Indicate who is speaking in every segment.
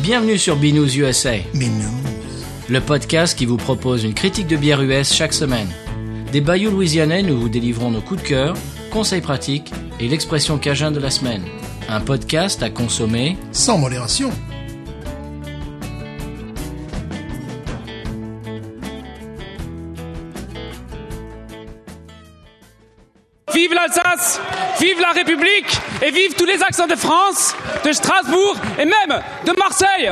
Speaker 1: Bienvenue sur Binous USA,
Speaker 2: Mais non.
Speaker 1: le podcast qui vous propose une critique de bière US chaque semaine. Des bayous louisianais, nous vous délivrons nos coups de cœur, conseils pratiques et l'expression cajun de la semaine. Un podcast à consommer.
Speaker 2: Sans modération.
Speaker 3: Vive l'Alsace, vive la République et vive tous les accents de France, de Strasbourg et même de Marseille.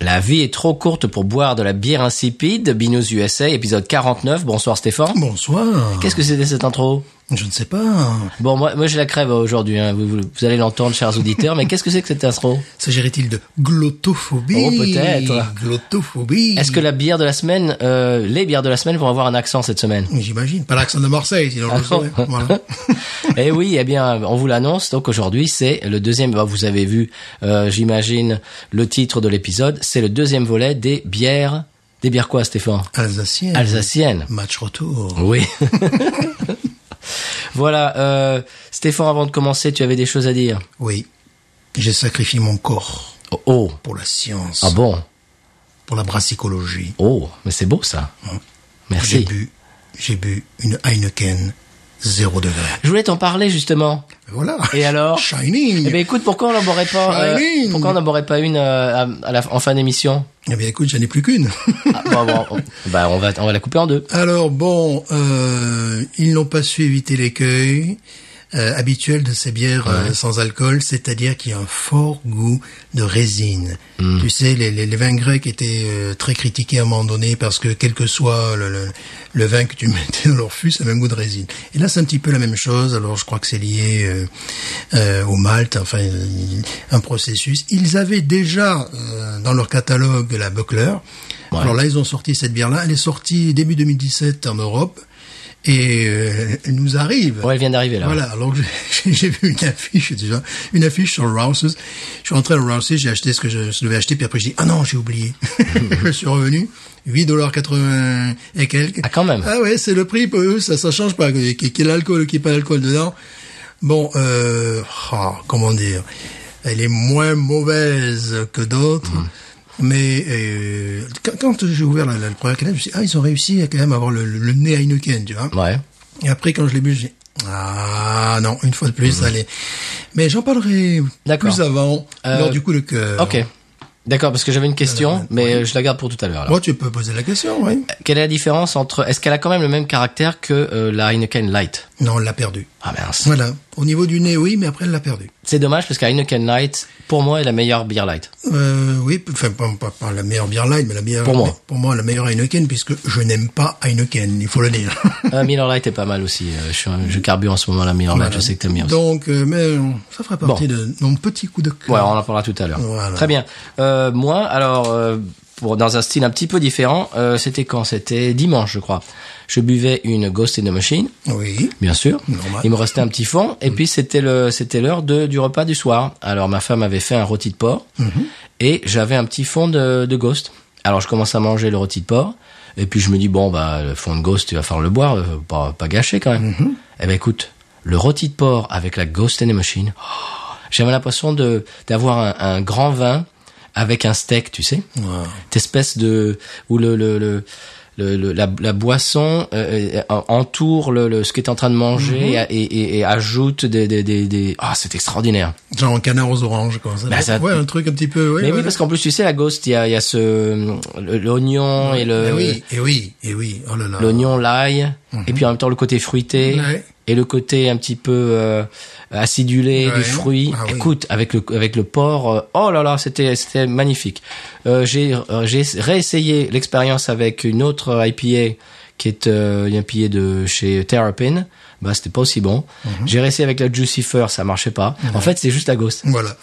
Speaker 1: La vie est trop courte pour boire de la bière insipide. Binous USA, épisode 49. Bonsoir Stéphane.
Speaker 2: Bonsoir.
Speaker 1: Qu'est-ce que c'était cette intro
Speaker 2: Je ne sais pas.
Speaker 1: Bon, moi, moi j'ai la crève aujourd'hui, hein. vous, vous- vous allez l'entendre, chers auditeurs, mais qu'est-ce que c'est que cette intro
Speaker 2: S'agirait-il de glottophobie
Speaker 1: Oh, peut-être.
Speaker 2: Glottophobie.
Speaker 1: Est-ce que la bière de la semaine, euh, les bières de la semaine vont avoir un accent cette semaine
Speaker 2: J'imagine. Pas l'accent de Marseille, sinon je le
Speaker 1: Accent.
Speaker 2: saurais. Voilà.
Speaker 1: Eh oui, eh bien, on vous l'annonce. Donc aujourd'hui, c'est le deuxième. bah, vous avez vu, euh, j'imagine, le titre de l'épisode. C'est le deuxième volet des bières. Des bières quoi, Stéphane
Speaker 2: Alsacienne.
Speaker 1: Alsaciennes.
Speaker 2: Match retour.
Speaker 1: Oui. voilà, euh, Stéphane. Avant de commencer, tu avais des choses à dire.
Speaker 2: Oui. J'ai sacrifié mon corps
Speaker 1: Oh, oh.
Speaker 2: pour la science,
Speaker 1: ah bon.
Speaker 2: pour la brassicologie.
Speaker 1: Oh, mais c'est beau ça.
Speaker 2: J'ai
Speaker 1: Merci.
Speaker 2: bu, j'ai bu une Heineken zéro degré.
Speaker 1: Je voulais t'en parler justement.
Speaker 2: Voilà.
Speaker 1: Et alors
Speaker 2: Shining.
Speaker 1: Eh bien, écoute, pourquoi on n'en boirait pas euh,
Speaker 2: Shining.
Speaker 1: Pourquoi on n'en boirait pas une euh, à- à la, en fin d'émission
Speaker 2: Eh bien, écoute, j'en ai plus qu'une.
Speaker 1: Ah, bon, bon, on- bah, on va on va la couper en deux.
Speaker 2: Alors bon, euh, ils n'ont pas su éviter l'écueil euh, habituel de ces bières euh, sans alcool, c'est-à-dire qu'il y a un fort goût de résine. Tu sais, les, les, les vins grecs étaient euh, très critiqués à un moment donné parce que quel que soit le, le, le vin que tu mettais dans leur fût, c'est le même goût de résine. Et là, c'est un petit peu la même chose. Alors, je crois que c'est lié euh, euh, au malt, enfin, euh, un processus. Ils avaient déjà euh, dans leur catalogue la Buckler.
Speaker 1: Ouais.
Speaker 2: Alors là, ils ont sorti cette bière-là. Elle est sortie début 2017 en Europe et euh, elle nous arrive.
Speaker 1: Ouais, elle vient d'arriver là.
Speaker 2: Voilà, alors j'ai- j'ai vu une affiche déjà, une affiche sur Rouses. Je suis rentré à Rouses, j'ai acheté ce que je, je devais acheter, puis après j'ai dit, ah non, j'ai oublié. je suis revenu, 8,80$ et quelques.
Speaker 1: Ah, quand même.
Speaker 2: Ah ouais, c'est le prix, pour eux, ça ça change pas, qu'il qu'il y ait l'alcool ou qu'il n'y ait pas d'alcool dedans. Bon, euh, ah, comment dire, elle est moins mauvaise que d'autres.
Speaker 1: Mmh.
Speaker 2: Mais euh, quand, quand j'ai ouvert la, la première canette, je me suis dit, ah, ils ont réussi à quand même avoir le, le, le nez Heineken, tu vois.
Speaker 1: Ouais.
Speaker 2: Et après, quand je l'ai bu, j'ai dit, ah non, une fois de plus, allez. Mais j'en parlerai
Speaker 1: Mmh. D'accord.
Speaker 2: plus avant,
Speaker 1: Euh,
Speaker 2: lors du coup de cœur.
Speaker 1: Ok. D'accord, parce que j'avais une question, mais euh, je la garde pour tout à l'heure. alors.
Speaker 2: Moi, tu peux poser la question, oui.
Speaker 1: Quelle est la différence entre... Est-ce qu'elle a quand même le même caractère que euh, la Heineken Light
Speaker 2: Non, on l'a perdu.
Speaker 1: Ah mince.
Speaker 2: Voilà. Au niveau du nez, oui, mais après, elle l'a perdu.
Speaker 1: C'est dommage parce que la Heineken Light, pour moi, est la meilleure bière light.
Speaker 2: Euh, oui, p- enfin, pas, pas- pas la meilleure bière light, mais la meilleure.
Speaker 1: Pour moi.
Speaker 2: Pour moi, la meilleure Heineken, puisque je n'aime pas Heineken, il faut le dire.
Speaker 1: Euh, Miller Light est pas mal aussi. euh, je, suis un- je carbure en ce moment la Miller Light, je sais que t'aimes bien aussi.
Speaker 2: Donc, euh, mais euh, ça fera partie de mon petit coup de
Speaker 1: Ouais,
Speaker 2: cœur.
Speaker 1: on en parlera tout à l'heure.
Speaker 2: Voilà.
Speaker 1: Très bien. Euh, moi, alors, euh, pour, dans un style un petit peu différent, euh, c'était quand C'était dimanche, je crois. Je buvais une Ghost in the Machine.
Speaker 2: Oui.
Speaker 1: Bien sûr.
Speaker 2: Normal.
Speaker 1: Il me restait un petit fond. Et puis, c'était le, c'était l'heure de, du repas du soir. Alors, ma femme avait fait un rôti de porc. Et j'avais un petit fond de, de ghost. Alors, je commence à manger le rôti de porc. Et puis, je me dis, bon, bah, le fond de ghost, il va falloir le boire. euh, Pas, pas gâcher, quand même. Eh ben, écoute, le rôti de porc avec la ghost and the machine. oh, j'avais l'impression de, d'avoir un, un grand vin avec un steak, tu sais
Speaker 2: Ouais.
Speaker 1: cette espèce de où le le, le, le- le- la, la boisson euh, euh, entoure le, le- ce qu'est en train de manger
Speaker 2: Mhm.
Speaker 1: et, et, et ajoute des des des, des- ah c'est extraordinaire
Speaker 2: Genre un canard aux oranges, quoi. Ça,
Speaker 1: Bah, ça-
Speaker 2: Ouais, un truc un petit peu. Ouais,
Speaker 1: mais oui
Speaker 2: ouais.
Speaker 1: parce qu'en plus tu sais la ghost il y a il y a ce euh, le- l'oignon et
Speaker 2: Eh
Speaker 1: le
Speaker 2: oui, et oui, et oui. Oh là là.
Speaker 1: euh, Ah. l'oignon l'ail et puis en même temps le côté fruité
Speaker 2: Mhm. Ouais.
Speaker 1: et le côté un petit peu euh, acidulé
Speaker 2: Ouais.
Speaker 1: du fruit
Speaker 2: Ah oui.
Speaker 1: écoute avec le avec le porc euh, oh là là c'était c'était magnifique euh, j'ai euh, j'ai réessayé l'expérience avec une autre IPA qui est euh, une IPA de chez Terrapin bah c'était pas aussi bon
Speaker 2: Mhm.
Speaker 1: j'ai réessayé avec la Jucifer ça marchait pas en fait c'est juste la ghost
Speaker 2: Voilà.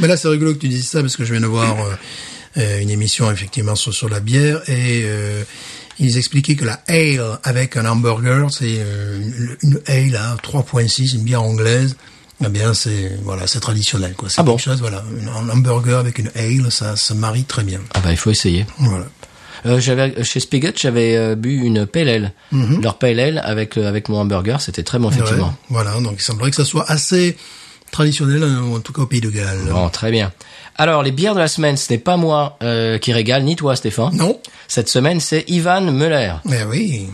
Speaker 2: Mais là, c'est rigolo que tu dises ça parce que je viens de voir euh, euh, une émission effectivement sur, sur la bière et euh, ils expliquaient que la ale avec un hamburger, c'est euh, une, une ale hein, à 3.6, une bière anglaise. Eh bien, c'est voilà, c'est traditionnel quoi. C'est
Speaker 1: Ah bon
Speaker 2: quelque chose, voilà, une- un hamburger avec une ale, ça se marie très bien.
Speaker 1: ah bah il faut essayer
Speaker 2: Voilà.
Speaker 1: Euh, j'avais euh, chez Spigot, j'avais euh, bu une pale ale.
Speaker 2: Mhm.
Speaker 1: Leur pale ale avec euh, avec mon hamburger, c'était très bon effectivement.
Speaker 2: Ouais, voilà, donc il semblerait que ça soit assez traditionnelle, en tout cas au Pays de Galles.
Speaker 1: Bon, très bien. Alors, les bières de la semaine, ce n'est pas moi euh, qui régale, ni toi, Stéphane.
Speaker 2: Non
Speaker 1: Cette semaine, c'est Ivan Muller.
Speaker 2: Eh oui,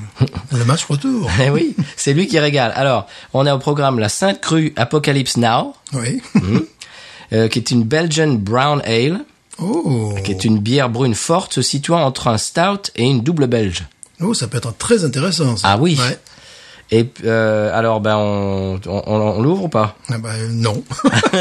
Speaker 2: le match retour.
Speaker 1: Eh oui, c'est lui qui régale. Alors, on a au programme la Sainte Crue Apocalypse Now,
Speaker 2: Oui.
Speaker 1: euh, qui est une Belgian Brown Ale,
Speaker 2: Oh.
Speaker 1: qui est une bière brune forte se situant entre un stout et une double belge.
Speaker 2: Oh, ça peut être très intéressant. ça.
Speaker 1: Ah oui.
Speaker 2: Ouais.
Speaker 1: Et euh, alors, ben, on, on, on- on l'ouvre ou pas
Speaker 2: Ah bah, euh, non.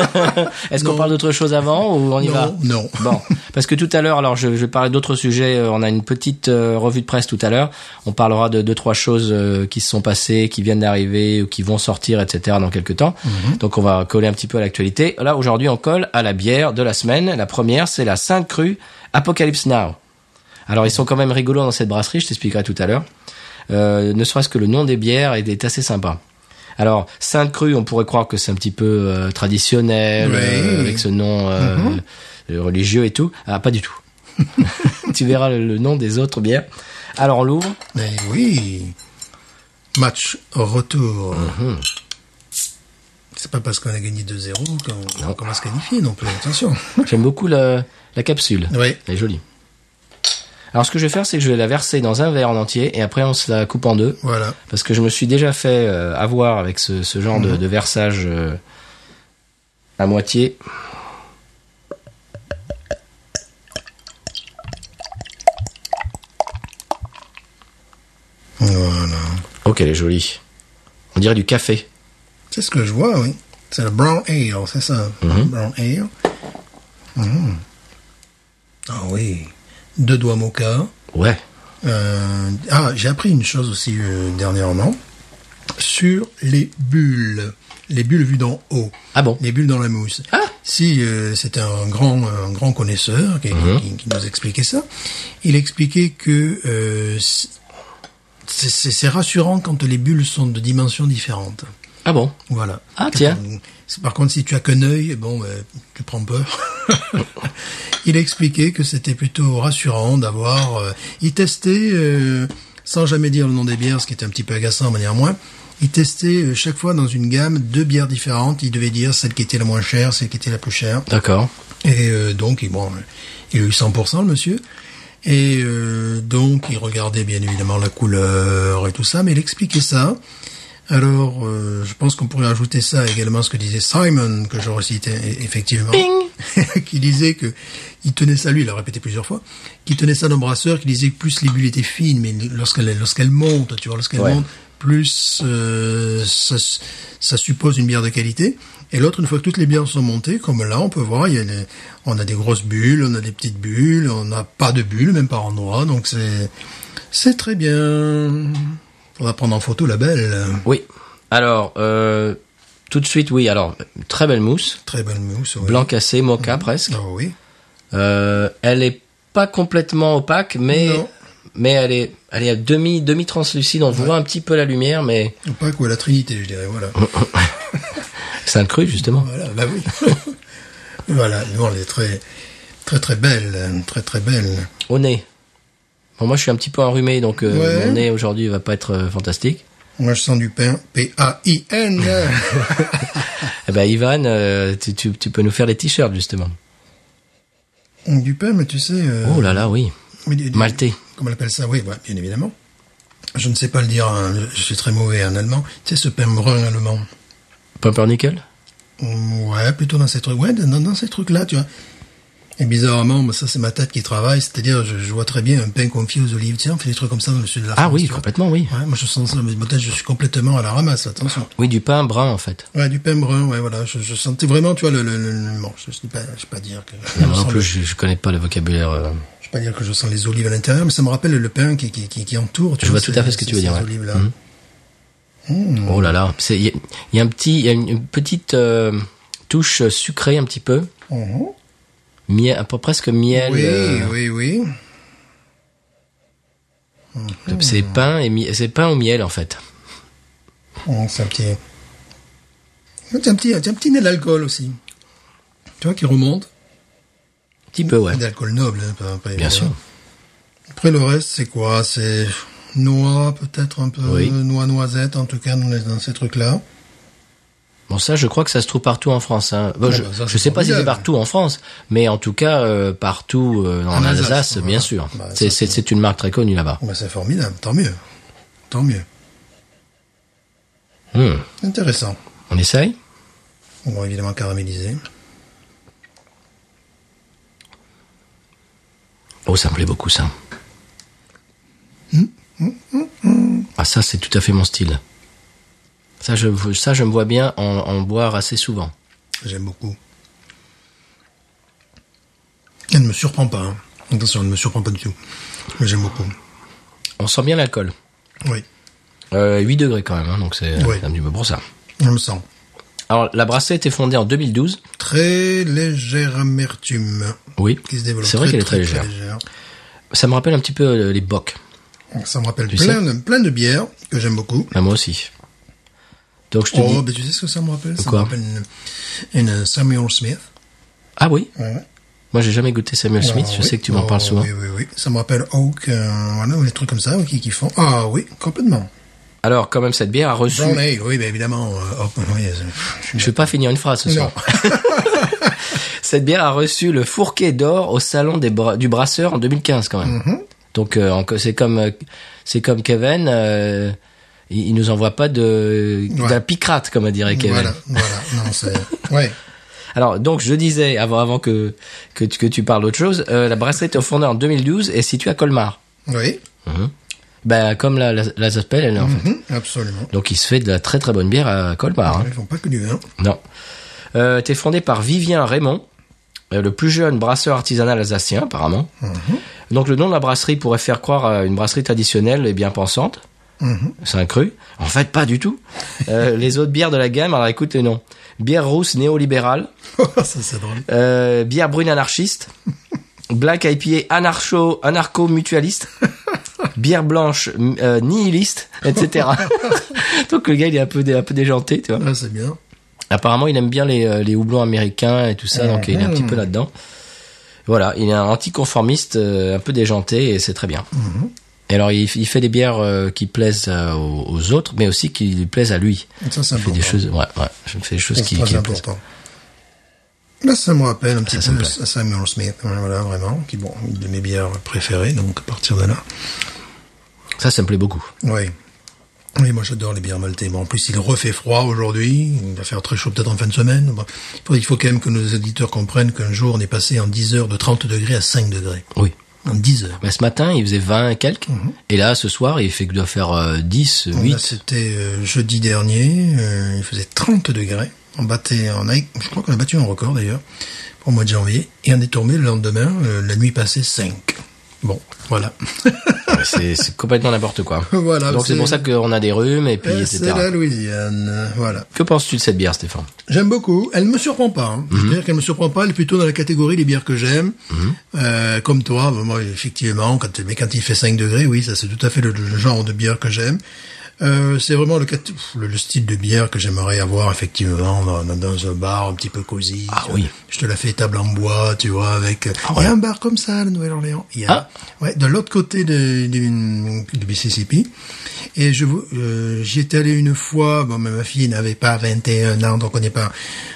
Speaker 1: Est-ce qu'on
Speaker 2: Non.
Speaker 1: parle d'autre chose avant ou on y
Speaker 2: Non,
Speaker 1: va
Speaker 2: non.
Speaker 1: Bon, parce que tout à l'heure, alors je, je parlais d'autres sujets. euh, On a une petite euh, revue de presse tout à l'heure. On parlera de deux trois choses euh, qui se sont passées, qui viennent d'arriver ou qui vont sortir, etc. Dans quelques temps.
Speaker 2: Mhm.
Speaker 1: Donc on va coller un petit peu à l'actualité. Là aujourd'hui, on colle à la bière de la semaine. La première, c'est la Sainte Crue Apocalypse Now. Alors ils sont quand même rigolos dans cette brasserie. Je t'expliquerai tout à l'heure. Euh, ne serait-ce que le nom des bières est, est assez sympa. Alors, Sainte Crue, on pourrait croire que c'est un petit peu euh, traditionnel,
Speaker 2: Oui.
Speaker 1: euh, avec ce nom euh, euh, religieux et tout. Ah, pas du tout. tu verras le, le nom des autres bières. Alors, on l'ouvre.
Speaker 2: Mais oui. Match retour.
Speaker 1: Mhm.
Speaker 2: C'est pas parce qu'on a gagné 2-0 qu'on qu'on va se qualifier non plus. Attention.
Speaker 1: J'aime beaucoup la, la capsule.
Speaker 2: Oui.
Speaker 1: Elle est jolie. Alors, ce que je vais faire, c'est que je vais la verser dans un verre en entier et après, on se la coupe en deux.
Speaker 2: Voilà.
Speaker 1: Parce que je me suis déjà fait euh, avoir avec ce, ce genre de, de versage euh, à moitié.
Speaker 2: Voilà.
Speaker 1: Ok, elle Oh, est jolie. On dirait du café.
Speaker 2: C'est ce que je vois, oui. C'est le brown ale, c'est ça. Brown ale. Mhm. Ah oui. Deux doigts mocha.
Speaker 1: Ouais.
Speaker 2: Euh, ah, j'ai appris une chose aussi euh, dernièrement sur les bulles. Les bulles vues d'en haut.
Speaker 1: Ah bon
Speaker 2: Les bulles dans la mousse.
Speaker 1: Ah.
Speaker 2: Si euh, c'était un grand, un grand connaisseur qui, qui- qui nous expliquait ça, il expliquait que euh, c'est- c'est c'est rassurant quand les bulles sont de dimensions différentes.
Speaker 1: Ah bon
Speaker 2: Voilà.
Speaker 1: Ah, tiens.
Speaker 2: C'est- Par contre, si tu as qu'un œil, bon, euh, tu prends peur. il expliquait que c'était plutôt rassurant d'avoir. euh, il testait, euh, sans jamais dire le nom des bières, ce qui était un petit peu agaçant, mais néanmoins. Il testait euh, chaque fois dans une gamme deux bières différentes. Il devait dire celle qui était la moins chère, celle qui était la plus chère.
Speaker 1: D'accord.
Speaker 2: Et euh, donc, il, bon, il a eu 100% le monsieur. Et euh, donc, il regardait bien évidemment la couleur et tout ça, mais il expliquait ça. Alors, euh, je pense qu'on pourrait ajouter ça également ce que disait Simon, que je recitais e- effectivement, qui disait que il tenait ça, lui, il l'a répété plusieurs fois, qui tenait ça dans Brasseur, qui disait que plus les bulles étaient fines, mais lorsqu'elle lorsqu'elle monte, tu vois, lorsqu'elle
Speaker 1: Ouais.
Speaker 2: monte, plus euh, ça, ça suppose une bière de qualité. Et l'autre, une fois que toutes les bières sont montées, comme là, on peut voir, il y a des- on a des grosses bulles, on a des petites bulles, on n'a pas de bulles, même par endroit, donc c'est c'est très bien. Faudra prendre en photo la belle.
Speaker 1: Oui. Alors, euh, tout de suite, oui. Alors, très belle mousse.
Speaker 2: Très bonne mousse. oui.
Speaker 1: Blanc cassé, mocha presque.
Speaker 2: Ah oui.
Speaker 1: Euh, elle est pas complètement opaque, mais
Speaker 2: Non.
Speaker 1: mais elle est elle est à demi demi translucide. On voit un petit peu la lumière, mais
Speaker 2: Pas quoi, la Trinité, je dirais, voilà.
Speaker 1: Oh. c'est un cru justement.
Speaker 2: Voilà, bah oui. voilà, non, elle est très, très, très belle, hein, très, très belle.
Speaker 1: Au nez. Bon, moi, je suis un petit peu enrhumé, donc euh,
Speaker 2: Ouais.
Speaker 1: mon nez aujourd'hui va pas être euh, fantastique.
Speaker 2: Moi, je sens du pain, P-A-I-N.
Speaker 1: Eh ben, Ivan, euh, tu, tu tu peux nous faire des t-shirts justement.
Speaker 2: du pain, mais tu sais... euh,
Speaker 1: Oh là là, oui.
Speaker 2: mais du- du-
Speaker 1: maltais.
Speaker 2: Comment on appelle ça Oui, ouais, bien évidemment. Je ne sais pas le dire, hein, je suis très mauvais en allemand. Tu sais, ce pain brun allemand
Speaker 1: Pumpernickel.
Speaker 2: Mm, Ouais, plutôt dans ces trucs. Ouais, dans, dans ces trucs-là, tu vois. Et bizarrement, mais ça, c'est ma tête qui travaille. C'est-à-dire, je, je vois très bien un pain confit aux olives. Tiens, on fait des trucs comme ça dans le sud de la
Speaker 1: Ah
Speaker 2: France,
Speaker 1: oui,
Speaker 2: tu vois.
Speaker 1: complètement, oui.
Speaker 2: Ouais, moi, je sens ça. Mais peut-être, je suis complètement à la ramasse, attention.
Speaker 1: Oui, du pain brun en fait.
Speaker 2: Ouais, du pain brun, ouais, voilà. Je, je sentais vraiment, tu vois, le, le, le- le- bon, je, je dis pas, je vais pas dire que, je,
Speaker 1: Non, moi non
Speaker 2: sens
Speaker 1: plus,
Speaker 2: le-
Speaker 1: je, je connais pas le vocabulaire. euh.
Speaker 2: je vais pas dire que je sens les olives à l'intérieur, mais ça me rappelle le pain qui, qui, qui, qui entoure, tu
Speaker 1: Je vois
Speaker 2: ces-
Speaker 1: tout à fait ce que tu veux
Speaker 2: ces
Speaker 1: dire, ouais.
Speaker 2: olives-là.
Speaker 1: Mhm.
Speaker 2: Hmm.
Speaker 1: Oh là là, c'est il y, a- il y a un petit, il y a une, une petite euh, touche sucrée un petit peu,
Speaker 2: Mhm.
Speaker 1: miel, un peu presque miel.
Speaker 2: Oui,
Speaker 1: euh,
Speaker 2: oui, oui. Hmm.
Speaker 1: C'est pain et mi- c'est pain au miel en fait.
Speaker 2: Mhm, C'est un petit, c'est un petit, c'est un petit nez d'alcool aussi. Tu vois, qui remonte.
Speaker 1: Un petit peu ouais.
Speaker 2: D'alcool noble, hein, pas- pas-
Speaker 1: Bien sûr.
Speaker 2: Après, le reste, c'est quoi? C'est noix, peut-être un peu,
Speaker 1: Oui.
Speaker 2: noix noisette, en tout cas, dans les- dans ces trucs-là.
Speaker 1: Bon, ça, je crois que ça se trouve partout en France. Hein. Bon,
Speaker 2: Ah
Speaker 1: je
Speaker 2: bah, ça,
Speaker 1: je
Speaker 2: c'est
Speaker 1: sais pas si c'est
Speaker 2: formidable.
Speaker 1: partout en France, mais en tout cas, euh, partout euh, en,
Speaker 2: En
Speaker 1: Alsace,
Speaker 2: Alsace,
Speaker 1: bien
Speaker 2: voilà.
Speaker 1: sûr.
Speaker 2: Bah,
Speaker 1: c'est
Speaker 2: ça,
Speaker 1: c'est- c'est une marque très connue là-bas.
Speaker 2: Bah, c'est formidable, tant mieux. Tant mieux.
Speaker 1: Hmm.
Speaker 2: Intéressant.
Speaker 1: On essaye
Speaker 2: On va évidemment caraméliser.
Speaker 1: Oh, ça me plaît beaucoup, ça. Ah, ça, c'est tout à fait mon style. Ça, je, ça, je me vois bien en, en boire assez souvent.
Speaker 2: J'aime beaucoup. Elle ne me surprend pas. hein. Attention, elle ne me surprend pas du tout. Mais j'aime beaucoup.
Speaker 1: On sent bien l'alcool.
Speaker 2: Oui,
Speaker 1: Euh, 8 degrés quand même, hein, donc c'est
Speaker 2: Ouais.
Speaker 1: ça me dit bon pour ça.
Speaker 2: on le sent.
Speaker 1: Alors, la brassée était fondée en 2012.
Speaker 2: Très légère amertume
Speaker 1: Oui.
Speaker 2: qui se développe.
Speaker 1: C'est vrai qu'elle est très légère. Ça me rappelle un petit peu euh, les bocs.
Speaker 2: Ça me rappelle
Speaker 1: Tu
Speaker 2: plein de, plein de bières que j'aime beaucoup.
Speaker 1: Ah, moi aussi. Donc, je te
Speaker 2: Oh,
Speaker 1: dis.
Speaker 2: ben tu sais ce que ça me rappelle Ça
Speaker 1: Quoi
Speaker 2: me rappelle une, une Samuel Smith.
Speaker 1: Ah oui
Speaker 2: Ouais.
Speaker 1: Moi, j'ai jamais goûté Samuel Smith.
Speaker 2: Ah,
Speaker 1: Je
Speaker 2: oui.
Speaker 1: sais que tu m'en
Speaker 2: Oh,
Speaker 1: parles souvent.
Speaker 2: Oui, oui, oui. Ça me rappelle Oak, euh, voilà, ou des trucs comme ça oui, qui, qui font. Ah oui, complètement.
Speaker 1: Alors, quand même, cette bière a reçu.
Speaker 2: Brown Ale, oui, ben évidemment. euh, hop, oui, je suis
Speaker 1: Je vais pas finir une phrase ce soir.
Speaker 2: Non.
Speaker 1: Cette bière a reçu le Fourquet d'or au salon des bra- du brasseur en 2015 quand même.
Speaker 2: Mm-hmm.
Speaker 1: Donc euh, en- c'est comme euh, c'est comme Kevin, euh, il, il nous envoie pas de
Speaker 2: Ouais.
Speaker 1: d'un picrate comme dirait Kevin.
Speaker 2: Voilà, voilà. Non, c'est. Ouais.
Speaker 1: Alors donc je disais avant avant que que tu, que tu parles d'autre chose, euh, la brasserie était fondée en 2012 et située à Colmar.
Speaker 2: Oui.
Speaker 1: Ben comme la la, la Zaspel, elle est en fait.
Speaker 2: Mhm, absolument.
Speaker 1: Donc il se fait de la très très bonne bière à Colmar. hein.
Speaker 2: Ils font pas que du vin.
Speaker 1: Non. Euh, T'es fondé par Vivien Raymond, euh, le plus jeune brasseur artisanal alsacien apparemment. Donc le nom de la brasserie pourrait faire croire à une brasserie traditionnelle et bien pensante. C'est un cru. En fait, pas du tout. Euh, les autres bières de la gamme, alors écoute les noms. Bière rousse néolibérale,
Speaker 2: ça, c'est drôle.
Speaker 1: euh, bière brune anarchiste, black IPA anarcho, anarcho-mutualiste, bière blanche m- euh, nihiliste, etc. Donc le gars, il est un peu, dé- un peu déjanté, tu vois.
Speaker 2: Ah, c'est bien.
Speaker 1: Apparemment, il aime bien les, euh, les houblons américains et tout
Speaker 2: Eh
Speaker 1: ça, donc il est un
Speaker 2: hmm.
Speaker 1: petit peu là-dedans. Voilà, il est un anticonformiste euh, un peu déjanté et c'est très bien.
Speaker 2: Mm-hmm.
Speaker 1: Et alors, il, f- il fait des bières euh, qui plaisent euh, aux, aux autres, mais aussi qui lui plaisent à lui. Il
Speaker 2: Ça, c'est
Speaker 1: fait
Speaker 2: important.
Speaker 1: des choses, ouais, ouais, je fais des choses
Speaker 2: C'est
Speaker 1: qui, qui
Speaker 2: très
Speaker 1: lui plaisent.
Speaker 2: important. Là, ça me rappelle un petit
Speaker 1: ça me
Speaker 2: peu
Speaker 1: plaît.
Speaker 2: Samuel Smith. Voilà, vraiment. Qui, bon, une de mes bières préférées, donc à partir de là.
Speaker 1: Ça, ça me plaît beaucoup.
Speaker 2: Oui. Oui, moi j'adore les bières maltées. Bon, en plus, il refait froid aujourd'hui. Il va faire très chaud peut-être en fin de semaine. Bon, il faut- il faut quand même que nos auditeurs comprennent qu'un jour on est passé en 10 heures de 30 degrés à 5 degrés.
Speaker 1: Oui.
Speaker 2: En 10 heures.
Speaker 1: Bah, ce matin, il faisait 20 et quelques,
Speaker 2: Mhm.
Speaker 1: et là, ce soir, il fait que doit faire euh, 10,
Speaker 2: Bon, là,
Speaker 1: 8.
Speaker 2: C'était euh, jeudi dernier. euh, il faisait 30 degrés. On battait, on a, je crois qu'on a battu un record d'ailleurs pour le mois de janvier. Et on est tombé le lendemain, euh, la nuit passée, 5. Bon, voilà.
Speaker 1: C'est c'est complètement n'importe quoi.
Speaker 2: Voilà,
Speaker 1: donc c'est
Speaker 2: c'est-
Speaker 1: pour ça qu'on a des rhumes et puis
Speaker 2: Et
Speaker 1: etc.
Speaker 2: C'est la Louisiane. Voilà.
Speaker 1: Que penses-tu de cette bière, Stéphane
Speaker 2: J'aime beaucoup. Elle me surprend pas. hein.
Speaker 1: Mhm.
Speaker 2: C'est-à-dire qu'elle me surprend pas. Elle est plutôt dans la catégorie des bières que j'aime. Euh, comme toi, bah, moi, effectivement, quand, mais quand il fait 5 degrés, oui, ça c'est tout à fait le, le genre de bière que j'aime. Euh, c'est vraiment le, cat- le, le style de bière que j'aimerais avoir effectivement dans, dans- dans un bar un petit peu cosy. euh,
Speaker 1: Ah oui.
Speaker 2: Je te la fais table en bois, tu vois, avec. Il y
Speaker 1: Ah ouais. Ah.
Speaker 2: a un bar comme ça à la Nouvelle-Orléans. Il y a- ouais, de l'autre côté de- du, du Mississippi. Et je vous- euh, j'y étais allé une fois. Bon, mais ma fille n'avait pas 21 ans, donc on n'est pas,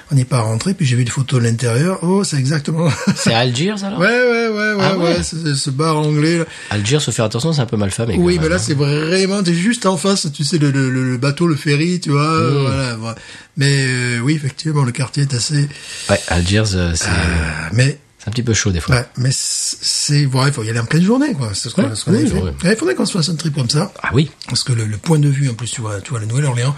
Speaker 2: on n'est pas rentré. Puis j'ai vu des photos de l'intérieur. Oh, c'est exactement. ouais,
Speaker 1: C'est Algiers alors
Speaker 2: ouais, ouais, ouais,
Speaker 1: Ah ouais.
Speaker 2: ouais. c'est- ce bar anglais. là.
Speaker 1: Algiers, faut faire attention, c'est un peu mal famé.
Speaker 2: Oui,
Speaker 1: quand
Speaker 2: mais
Speaker 1: même,
Speaker 2: là
Speaker 1: hein.
Speaker 2: c'est vraiment, t'es juste en face, tu sais, le, le, le bateau, le ferry, tu vois,
Speaker 1: Oh.
Speaker 2: voilà. voilà. Mais euh, oui, effectivement, le quartier est assez.
Speaker 1: Ouais, Algiers, euh, c'est
Speaker 2: Mais
Speaker 1: c'est un petit peu chaud des fois.
Speaker 2: Ah. Ouais, mais c'est vrai, il faut y aller en pleine journée, quoi. C'est ce qu'on
Speaker 1: Ouais,
Speaker 2: ce qu'on avait
Speaker 1: oui,
Speaker 2: fait.
Speaker 1: oui.
Speaker 2: Ouais, Il faudrait qu'on se fasse un trip comme ça,
Speaker 1: Ah oui
Speaker 2: parce que le, le point de vue, en plus, tu vois, tu vois, la Nouvelle-Orléans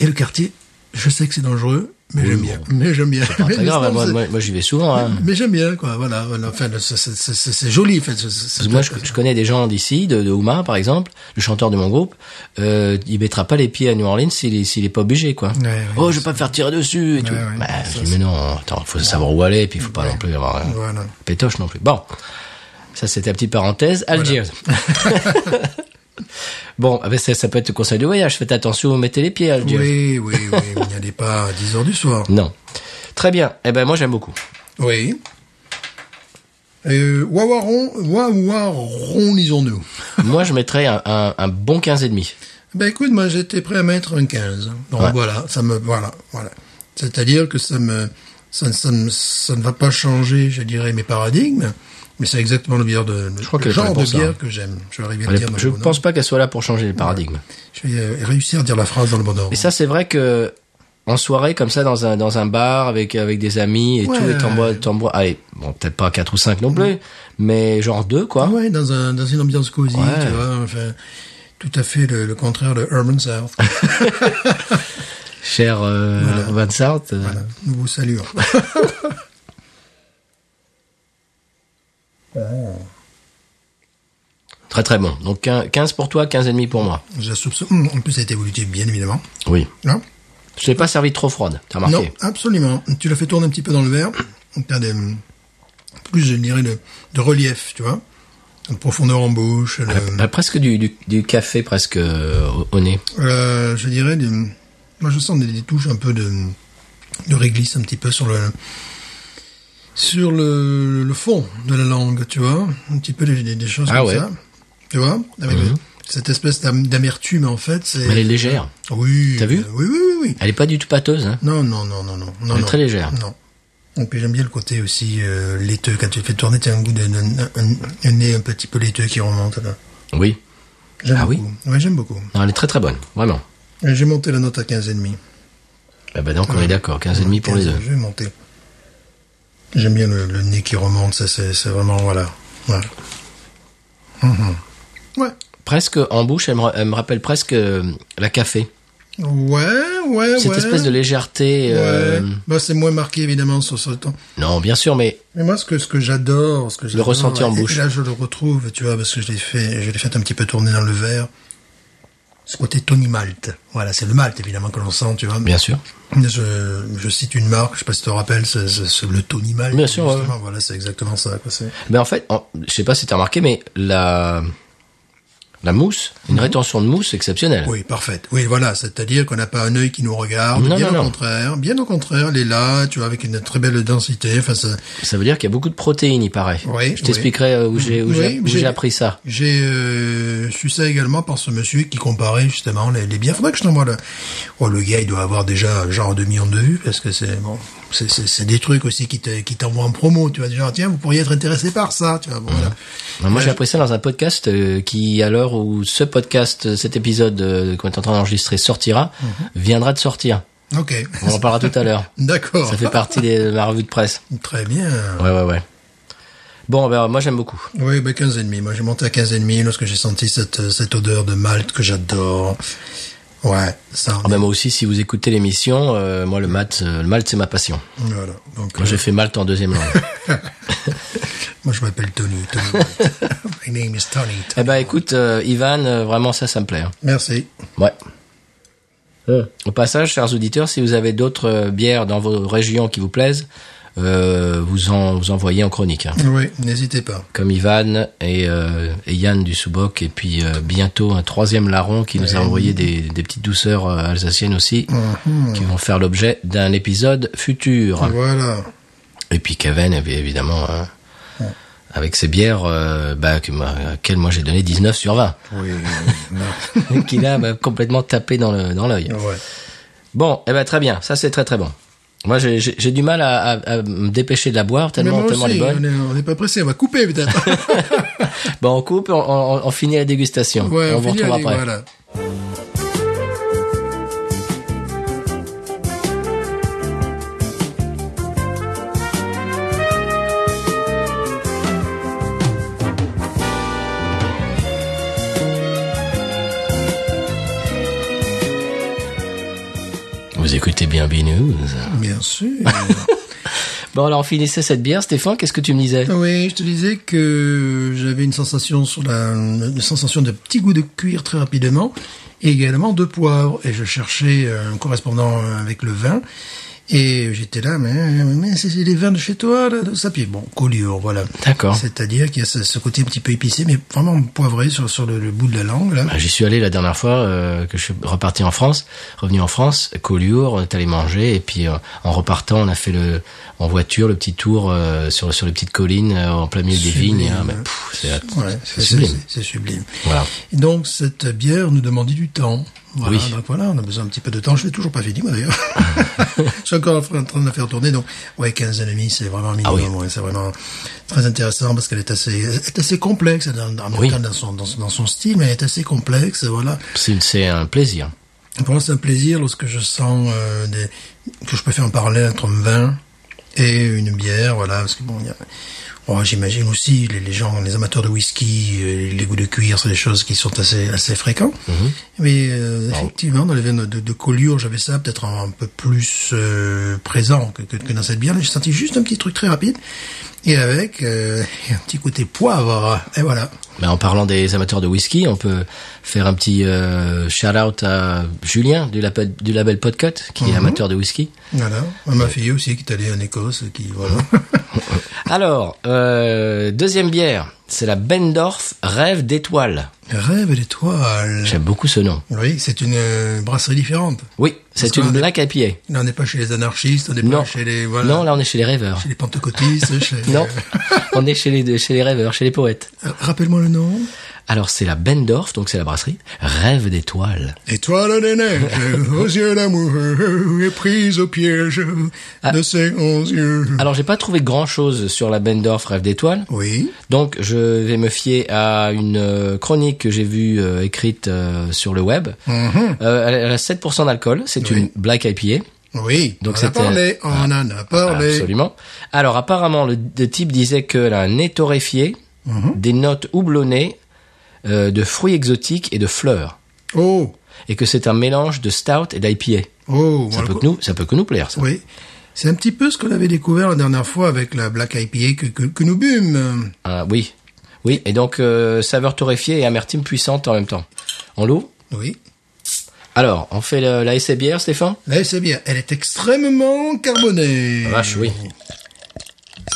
Speaker 2: et le quartier. Je sais que c'est dangereux, mais j'aime bien. Mais j'aime bien.
Speaker 1: Pas
Speaker 2: Mais
Speaker 1: très
Speaker 2: le
Speaker 1: grave,
Speaker 2: stand,
Speaker 1: moi,
Speaker 2: c'est- Mm.
Speaker 1: moi, moi, j'y vais souvent. Hein.
Speaker 2: mais j'aime bien, quoi. Voilà, voilà. Enfin, le- c'est- c'est- c'est c'est- c'est joli, en fait. c'est- c'est-
Speaker 1: Parce que moi, je, je connais des gens d'ici, de, de Ouma par exemple, le chanteur de mon groupe, euh, il mettra pas les pieds à New Orleans s'il est, s'il est pas obligé, quoi.
Speaker 2: ouais,
Speaker 1: oh, je vais pas me faire tirer dessus et tout.
Speaker 2: ouais,
Speaker 1: Bah, je dis, mais non, attends, faut savoir où aller, puis faut pas non plus avoir euh,
Speaker 2: Voilà.
Speaker 1: pétoche non plus. Bon, ça c'était la petite parenthèse. Algiers. bon, ah ben, ça, ça peut être le conseil de voyage. Faites attention, où vous mettez les pieds à Algiers.
Speaker 2: Oui, oui, oui. Vous n'y allez pas à 10 heures du soir.
Speaker 1: Non. Très bien. Eh ben moi j'aime beaucoup.
Speaker 2: Oui. Euh, Wawaron, Wawaron, disons-nous.
Speaker 1: Moi, je mettrais un, un, un bon 15 et demi.
Speaker 2: Ben écoute, moi j'étais prêt à mettre un 15. Donc
Speaker 1: Ouais.
Speaker 2: voilà, ça me voilà, voilà. C'est-à-dire que ça me ça, ne- ça, ne- ça ne va pas changer, je dirais, mes paradigmes, mais c'est exactement le bière de
Speaker 1: crois
Speaker 2: le
Speaker 1: qu'elle est pas là
Speaker 2: genre de
Speaker 1: pour ça,
Speaker 2: bière
Speaker 1: hein.
Speaker 2: que j'aime. Je vais arriver à
Speaker 1: Elle
Speaker 2: le
Speaker 1: est-
Speaker 2: dire. dans le
Speaker 1: je
Speaker 2: bon
Speaker 1: pense
Speaker 2: ordre.
Speaker 1: pas qu'elle soit là pour changer les paradigmes.
Speaker 2: Je vais euh, réussir à dire la phrase dans le bon ordre.
Speaker 1: Et ça, c'est vrai que en soirée comme ça, dans un dans un bar avec avec des amis et
Speaker 2: Ouais.
Speaker 1: tout, et t'en bois, t'en bois. Allez, bon, peut-être pas quatre ou cinq non plus, mais genre deux quoi.
Speaker 2: Ah Ouais, dans un dans une ambiance cosy,
Speaker 1: Ouais.
Speaker 2: tu vois. Enfin, tout à fait le, le contraire de Urban South.
Speaker 1: Cher euh, Van Sart. euh,
Speaker 2: Voilà, nous vous saluons.
Speaker 1: Très très bon. Donc quin- 15 pour toi, 15 et demi pour moi.
Speaker 2: Je soupçonne. Hum, En plus, ça a été évolutif, bien évidemment. hein.
Speaker 1: Oui.
Speaker 2: Non,
Speaker 1: Je t'ai pas servi trop froide, t'as
Speaker 2: non,
Speaker 1: remarqué
Speaker 2: absolument. Tu l'as fait tourner un petit peu dans le verre. T'as des plus, je dirais, de, de relief, tu vois. Une profondeur en bouche. le-
Speaker 1: Bah, presque du, du, du café presque euh, au, au nez.
Speaker 2: euh, je dirais, des- moi, je sens des, des touches un peu de, de réglisse un petit peu sur le sur le, le fond de la langue, tu vois. Un petit peu des, des- des choses
Speaker 1: Ah
Speaker 2: comme
Speaker 1: ouais. Mhm.
Speaker 2: ça. Tu vois, avec cette espèce d'am- d'amertume en fait. c'est-
Speaker 1: Elle est légère.
Speaker 2: Oui.
Speaker 1: T'as vu
Speaker 2: euh, Oui, oui, oui, oui.
Speaker 1: Elle est pas du tout pâteuse. Hein.
Speaker 2: Non, non, non, non, non. non
Speaker 1: Elle est
Speaker 2: non.
Speaker 1: très légère.
Speaker 2: Non. Et puis j'aime bien le côté aussi euh, laiteux. Quand tu le fais tourner, t'as un goût d'un un, un- un nez un petit peu laiteux qui remonte. là.
Speaker 1: Oui.
Speaker 2: J'aime
Speaker 1: Ah oui
Speaker 2: beaucoup. Ouais, j'aime beaucoup.
Speaker 1: Non, elle est très très bonne, vraiment.
Speaker 2: Et J'ai monté la note à 15,5.
Speaker 1: Ah bah donc on est d'accord, 15 et demi pour
Speaker 2: 15,
Speaker 1: les deux.
Speaker 2: Je vais monter. J'aime bien le, le nez qui remonte, ça c'est c'est vraiment, voilà. voilà. Mhm. Ouais.
Speaker 1: Presque en bouche, elle me, ra- elle me rappelle presque euh, la café.
Speaker 2: Ouais, ouais,
Speaker 1: Cette
Speaker 2: ouais.
Speaker 1: espèce de légèreté. euh,
Speaker 2: Ouais. Bah, c'est moins marqué évidemment sur ce temps.
Speaker 1: Non, bien sûr, mais
Speaker 2: Mais moi, ce que, ce que j'adore, ce que j'adore,
Speaker 1: ressenti en
Speaker 2: et- et
Speaker 1: bouche.
Speaker 2: Là, je le retrouve, tu vois, parce que je l'ai fait, je l'ai fait un petit peu tourner dans le verre. Ce côté Tony Malt. Voilà, c'est le malt, évidemment, que l'on sent, tu vois.
Speaker 1: bien sûr.
Speaker 2: Je, je cite une marque, je sais pas si tu te rappelles, c'est, c'est- c'est le Tony Malt.
Speaker 1: Bien sûr,
Speaker 2: justement. Voilà, c'est exactement ça, quoi. C'est...
Speaker 1: Mais Ben, en fait, en- je sais pas si t'as remarqué, mais la la mousse, une rétention de mousse exceptionnelle.
Speaker 2: Mhm. Oui, parfaite. Oui, voilà, c'est-à-dire qu'on n'a pas un œil qui nous regarde.
Speaker 1: Non,
Speaker 2: bien
Speaker 1: non,
Speaker 2: au
Speaker 1: non.
Speaker 2: contraire. Bien au contraire, elle est là, tu vois, avec une très belle densité. Enfin, ça,
Speaker 1: Ça veut dire qu'il y a beaucoup de protéines, il paraît.
Speaker 2: Oui,
Speaker 1: je t'expliquerai euh, où j'ai où
Speaker 2: Oui,
Speaker 1: j'ai- où
Speaker 2: j'ai-
Speaker 1: j'ai appris ça.
Speaker 2: J'ai euh, su ça également par ce monsieur qui comparait justement les, les bières. Faudrait que je t'envoie le... Oh, le gars, il doit avoir déjà genre 2 millions de vues parce que c'est bon, c'est- c'est c'est des trucs aussi qui te- qui t'envoient en promo. Tu vois, genre tiens, vous pourriez être intéressé par ça. Tu vois, bon, voilà.
Speaker 1: Alors, Ben, moi,
Speaker 2: Ouais.
Speaker 1: j'ai appris ça dans un podcast euh, qui, à l'heure où ce podcast, euh, cet épisode euh, qu'on est en train d'enregistrer sortira,
Speaker 2: Mhm.
Speaker 1: viendra de sortir.
Speaker 2: Ok.
Speaker 1: On en parlera tout à l'heure.
Speaker 2: D'accord.
Speaker 1: Ça fait partie des- de ma revue de presse.
Speaker 2: Très bien.
Speaker 1: Ouais, ouais, ouais. Bon, ben, moi, j'aime beaucoup.
Speaker 2: Oui, ben 15 et demi. Moi, j'ai monté à 15 et demi lorsque j'ai senti cette cette odeur de malt que j'adore. Ouais, ça.
Speaker 1: Ah, ben, moi aussi, si vous écoutez l'émission, euh, moi, le maths, euh, le maths, c'est ma passion.
Speaker 2: Voilà. Donc,
Speaker 1: Moi, j'ai fait maths en deuxième langue.
Speaker 2: moi, je m'appelle Tony. Tony. My name is Tony.
Speaker 1: eh ben, écoute, euh, Ivan, euh, vraiment, ça, ça me plaît. hein.
Speaker 2: Merci.
Speaker 1: Ouais. Au passage, chers auditeurs, si vous avez d'autres euh, bières dans vos régions qui vous plaisent, euh, vous en vous envoyez en chronique, hein.
Speaker 2: Oui, n'hésitez pas.
Speaker 1: comme Ivan et, euh, et Yann du Souboc, et puis euh, bientôt un troisième larron qui nous a envoyé des, des petites douceurs euh, alsaciennes aussi, qui vont faire l'objet d'un épisode futur.
Speaker 2: Voilà.
Speaker 1: Et puis Kevin, évi- évidemment, hein, avec ses bières, euh, bah, que moi- à laquelle moi j'ai donné 19 sur 20,
Speaker 2: Oui.
Speaker 1: qu'il a bah, complètement tapé dans le- dans l'œil.
Speaker 2: ouais.
Speaker 1: Bon, eh ben très bien, ça c'est très très bon. Moi j'ai- j'ai j'ai du mal à, à- à me dépêcher de la boire
Speaker 2: Mais
Speaker 1: tellement,
Speaker 2: moi
Speaker 1: tellement elle est
Speaker 2: aussi, on
Speaker 1: bonne.
Speaker 2: est- on n'est pas pressé, on va couper peut-être.
Speaker 1: Bon, on coupe, on, on- on finit la dégustation.
Speaker 2: ouais,
Speaker 1: on,
Speaker 2: on
Speaker 1: vous
Speaker 2: finit,
Speaker 1: retrouve
Speaker 2: allez,
Speaker 1: après.
Speaker 2: Voilà.
Speaker 1: Vous écoutez bien B-News.
Speaker 2: Bien sûr.
Speaker 1: Bon, alors on finissait cette bière. Stéphane, qu'est-ce que tu me disais
Speaker 2: oui, je te disais que j'avais une sensation sur la, une sensation de petit goût de cuir très rapidement, et également de poivre. Et je cherchais un correspondant avec le vin. Et j'étais là, mais, mais c'est des vins de chez toi, là, tout ça. Puis bon, colure, voilà.
Speaker 1: D'accord.
Speaker 2: C'est-à-dire qu'il y a ce, ce côté un petit peu épicé, mais vraiment poivré sur, sur le, le bout de la langue, là.
Speaker 1: Bah, J'y suis allé la dernière fois euh, que je suis reparti en France, revenu en France, Collioure, on est allé manger et puis euh, en repartant on a fait le en voiture le petit tour euh, sur sur les petites collines euh, en plein milieu des
Speaker 2: Sublime.
Speaker 1: vignes. hein, mais, pff, c'est
Speaker 2: Ouais,
Speaker 1: c'est sublime.
Speaker 2: c'est- C'est sublime.
Speaker 1: Voilà.
Speaker 2: Et donc, cette bière nous demandait du temps. Voilà,
Speaker 1: Oui.
Speaker 2: donc voilà, on a besoin un petit peu de temps. Je l'ai toujours pas fini, moi, d'ailleurs. je suis encore en train de la faire tourner. Donc, ouais, 15 et demi, c'est vraiment minimum.
Speaker 1: Ah oui.
Speaker 2: ouais, c'est vraiment très intéressant parce qu'elle est assez, elle est assez complexe. elle est en- en même
Speaker 1: Oui.
Speaker 2: temps dans son, dans, son- dans son style, mais elle est assez complexe. Voilà.
Speaker 1: C'est c'est un plaisir.
Speaker 2: Pour moi, c'est un plaisir lorsque je sens euh, des, que je peux faire un parallèle entre un vin et une bière, voilà, parce que bon, il y a- bon, j'imagine aussi les, les gens, les amateurs de whisky, euh, les goûts de cuir, c'est des choses qui sont assez assez fréquents. Mais euh, effectivement, dans les vins de, de, de Collioure, j'avais ça peut-être un, peu plus euh, présent que, que, que dans cette bière. J'ai senti juste un petit truc très rapide et avec euh, un petit côté poivre. Et voilà.
Speaker 1: Mais en parlant des amateurs de whisky, on peut faire un petit shout out à Julien du label du label Podcut qui
Speaker 2: Mhm.
Speaker 1: est amateur de whisky.
Speaker 2: Voilà. Ma fille aussi qui est allée en Écosse, qui voilà.
Speaker 1: Alors euh, deuxième bière, c'est la Bendorf Rêve d'étoile.
Speaker 2: Rêve d'étoiles.
Speaker 1: J'aime beaucoup ce nom.
Speaker 2: Oui, c'est une euh, brasserie différente.
Speaker 1: Oui, c'est une
Speaker 2: qu'on a-
Speaker 1: black IPA.
Speaker 2: Là, on n'est pas chez les anarchistes, on n'est
Speaker 1: Non.
Speaker 2: pas chez les voilà,
Speaker 1: Non, là on est chez les rêveurs.
Speaker 2: chez les pentecôtistes. chez,
Speaker 1: Non, on est chez les, chez les rêveurs, chez les poètes.
Speaker 2: Euh, Rappelle-moi le nom.
Speaker 1: Alors c'est la Bendorf, donc c'est la brasserie, Rêve d'étoiles.
Speaker 2: Étoile des neiges, aux yeux d'amour, euh, et prise au piège
Speaker 1: Ah.
Speaker 2: de ses onze yeux.
Speaker 1: Alors j'ai pas trouvé grand chose sur la Bendorf, Rêve d'étoiles,
Speaker 2: Oui.
Speaker 1: donc je vais me fier à une euh, chronique que j'ai vue euh, écrite euh, sur le web.
Speaker 2: Mhm.
Speaker 1: Euh, elle- elle a 7% d'alcool, c'est
Speaker 2: Oui.
Speaker 1: une black IPA.
Speaker 2: Oui.
Speaker 1: Donc
Speaker 2: on en a
Speaker 1: c'était- Ah.
Speaker 2: parlé, on en a parlé.
Speaker 1: Absolument. Alors apparemment, le, le type disait qu'elle a un nez torréfié,
Speaker 2: Mhm.
Speaker 1: des notes houblonnées, euh, de fruits exotiques et de fleurs,
Speaker 2: Oh,
Speaker 1: et que c'est un mélange de stout et d'IPA.
Speaker 2: oh.
Speaker 1: Ça
Speaker 2: voilà.
Speaker 1: peut que nous, ça peut que nous plaire. Ça.
Speaker 2: Oui. C'est un petit peu ce qu'on avait découvert la dernière fois avec la Black IPA que, que, que nous bûmes.
Speaker 1: Ah, oui, oui. Et donc euh, saveur torréfiée et amertume puissante en même temps. On l'ouvre.
Speaker 2: Oui.
Speaker 1: Alors, on fait le- la essai bière, Stéphane.
Speaker 2: Là, c'est bien. Elle est extrêmement carbonée.
Speaker 1: Vache, oui.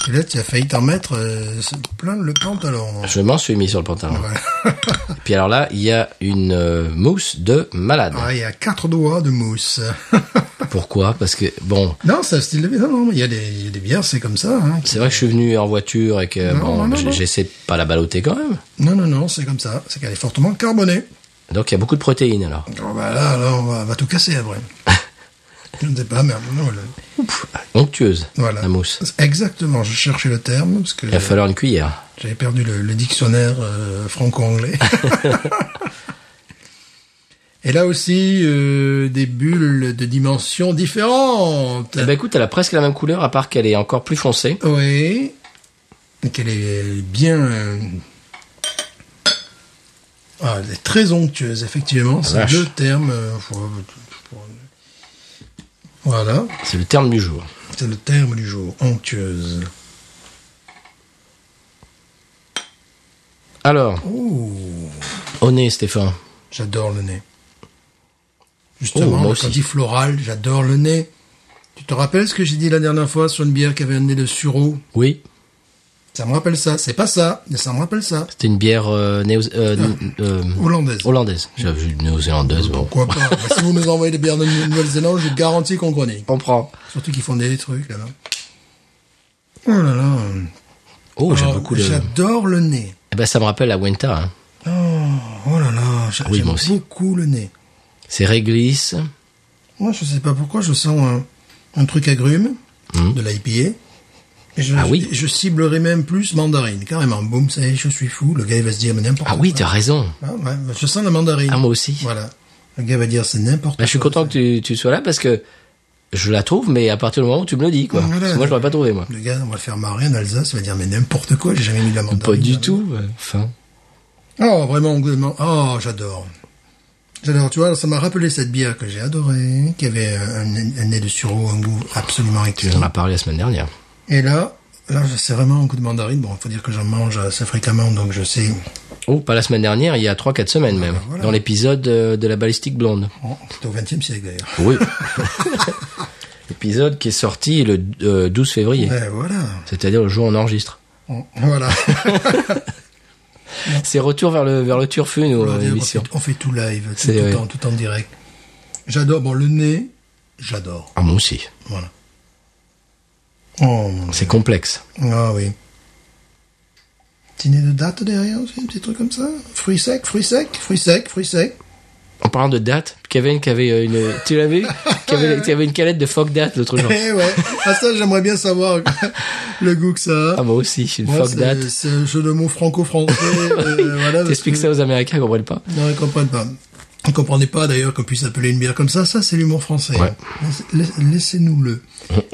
Speaker 2: Et là, tu as failli t'en mettre euh, plein le pantalon.
Speaker 1: Ah, Je m'en suis mis sur le pantalon.
Speaker 2: Voilà.
Speaker 1: Et puis alors là, il y a une euh, mousse de malade.
Speaker 2: Ah, il y a quatre doigts de mousse.
Speaker 1: Pourquoi Parce que bon,
Speaker 2: non, c'est un style de bière. Non, non, il y a des, il y a des bières, c'est comme ça. hein.
Speaker 1: c'est vrai que je suis venu en voiture et que
Speaker 2: Non, non,
Speaker 1: bon,
Speaker 2: non,
Speaker 1: j'ai-
Speaker 2: non.
Speaker 1: j'essaie de pas la baloter quand même.
Speaker 2: Non, non, non, c'est comme ça. C'est qu'elle est fortement carbonée.
Speaker 1: Donc il y a beaucoup de protéines alors.
Speaker 2: Oh, bah là, alors, on va, on va tout casser après. Je ne sais pas, mais non, le-
Speaker 1: Onctueuse.
Speaker 2: voilà.
Speaker 1: La mousse.
Speaker 2: Exactement, je cherchais le terme parce que
Speaker 1: Il va falloir une cuillère.
Speaker 2: j'avais perdu le, le dictionnaire euh, franco-anglais. Et là aussi, euh, des bulles de dimensions différentes.
Speaker 1: Eh ben écoute, elle a presque la même couleur à part qu'elle est encore plus foncée.
Speaker 2: Oui. Qu'elle est bien. euh, Ah, elle est très onctueuse, effectivement. C'est
Speaker 1: vache.
Speaker 2: deux termes. euh, faut- faut- Voilà,
Speaker 1: C'est le terme du jour.
Speaker 2: c'est le terme du jour, onctueuse.
Speaker 1: Alors,
Speaker 2: Ouh,
Speaker 1: au nez, Stéphane.
Speaker 2: j'adore le nez. Justement,
Speaker 1: Oh, moi
Speaker 2: quand on
Speaker 1: aussi.
Speaker 2: dit floral, j'adore le nez. Tu te rappelles ce que j'ai dit la dernière fois sur une bière qui avait un nez de sureau
Speaker 1: Oui,
Speaker 2: Ça me rappelle ça. C'est pas ça, mais ça me rappelle ça.
Speaker 1: c'était une bière euh, néo- euh, euh,
Speaker 2: Hollandaise.
Speaker 1: hollandaise. J'avais vu néo-zélandaise. Bon.
Speaker 2: Pourquoi pas Bah, Si vous nous envoyez des bières de Nou- Nouvelle-Zélande, je garantis qu'on connaît.
Speaker 1: On prend.
Speaker 2: Surtout qu'ils font des trucs là. non Oh là là.
Speaker 1: Oh, j'aime
Speaker 2: Alors,
Speaker 1: beaucoup le.
Speaker 2: J'adore le nez.
Speaker 1: Eh ben, ça me rappelle la Wenta. hein.
Speaker 2: Oh, oh là là, j'a-
Speaker 1: Ah Oui,
Speaker 2: j'aime
Speaker 1: moi aussi.
Speaker 2: beaucoup le nez.
Speaker 1: C'est réglisse.
Speaker 2: Moi, je sais pas pourquoi, je sens un, un truc agrume de l'IPA. Et Je,
Speaker 1: Mmh. Ah oui.
Speaker 2: Je ciblerai même plus mandarine, carrément. Boum, ça y est, je suis fou. Le gars, il va se dire, mais n'importe
Speaker 1: Ah
Speaker 2: quoi.
Speaker 1: oui, t'as raison.
Speaker 2: Ah ouais, je sens la mandarine.
Speaker 1: Ah, moi aussi.
Speaker 2: Voilà. Le gars va dire, c'est n'importe
Speaker 1: Ben, je suis
Speaker 2: quoi.
Speaker 1: content que tu, tu sois là parce que je la trouve, mais à partir du moment où tu me le dis, quoi.
Speaker 2: Voilà.
Speaker 1: Parce que moi, je l'aurais pas trouvé, moi.
Speaker 2: Le gars, on va le faire marrer en Alsace, il va dire, mais n'importe quoi, j'ai jamais mis de la mandarine.
Speaker 1: Pas
Speaker 2: dans
Speaker 1: du
Speaker 2: la
Speaker 1: tout. ouais. Enfin.
Speaker 2: Oh, vraiment, goûtement. Oh, j'adore. J'adore, tu vois, ça m'a rappelé cette bière que j'ai adorée, qui avait un, un nez de sureau, un goût absolument
Speaker 1: On en a
Speaker 2: excellent.
Speaker 1: parlé la semaine dernière.
Speaker 2: Et là, là, c'est vraiment un goût de mandarine. Bon, il faut dire que j'en mange assez fréquemment, donc je sais.
Speaker 1: Oh, pas la semaine dernière, il y a 3-4 semaines même.
Speaker 2: voilà.
Speaker 1: Dans
Speaker 2: Oh,
Speaker 1: l'épisode euh, de la balistique blonde.
Speaker 2: Bon, c'était au XXe siècle d'ailleurs.
Speaker 1: Oui. épisode qui est sorti le euh, 12 février,
Speaker 2: Ben voilà.
Speaker 1: c'est-à-dire le jour où on enregistre.
Speaker 2: On- Voilà.
Speaker 1: C'est retour vers le, vers le turfu, nous,
Speaker 2: on,
Speaker 1: euh,
Speaker 2: fait-
Speaker 1: l'émission.
Speaker 2: on fait tout live, tout,
Speaker 1: C'est
Speaker 2: tout
Speaker 1: vrai.
Speaker 2: en, tout en direct. J'adore. Bon, le nez, j'adore.
Speaker 1: Ah, moi aussi.
Speaker 2: Voilà. Oh, mon
Speaker 1: C'est complexe.
Speaker 2: Ah oui. Petit nez de date derrière aussi, un petit truc comme ça. Fruits secs, fruits secs, fruits secs, fruits secs.
Speaker 1: En parlant de date, Kevin qui avait euh, une, tu l'avais vu qui avait, qui avait une calette de phoque date l'autre jour.
Speaker 2: Eh ouais. Ah ça, j'aimerais bien savoir le goût que ça
Speaker 1: Ah,
Speaker 2: a.
Speaker 1: moi aussi, une
Speaker 2: Moi,
Speaker 1: phoque date.
Speaker 2: c'est c'est un jeu de mots franco-français. euh, voilà, parce
Speaker 1: T'expliques
Speaker 2: que-
Speaker 1: ça aux Américains, ils comprennent pas.
Speaker 2: Non, ils comprennent pas. Ils comprenaient pas d'ailleurs qu'on puisse appeler une bière comme ça. Ça, c'est l'humour français.
Speaker 1: Ouais.
Speaker 2: Laisse- Laissez-nous le.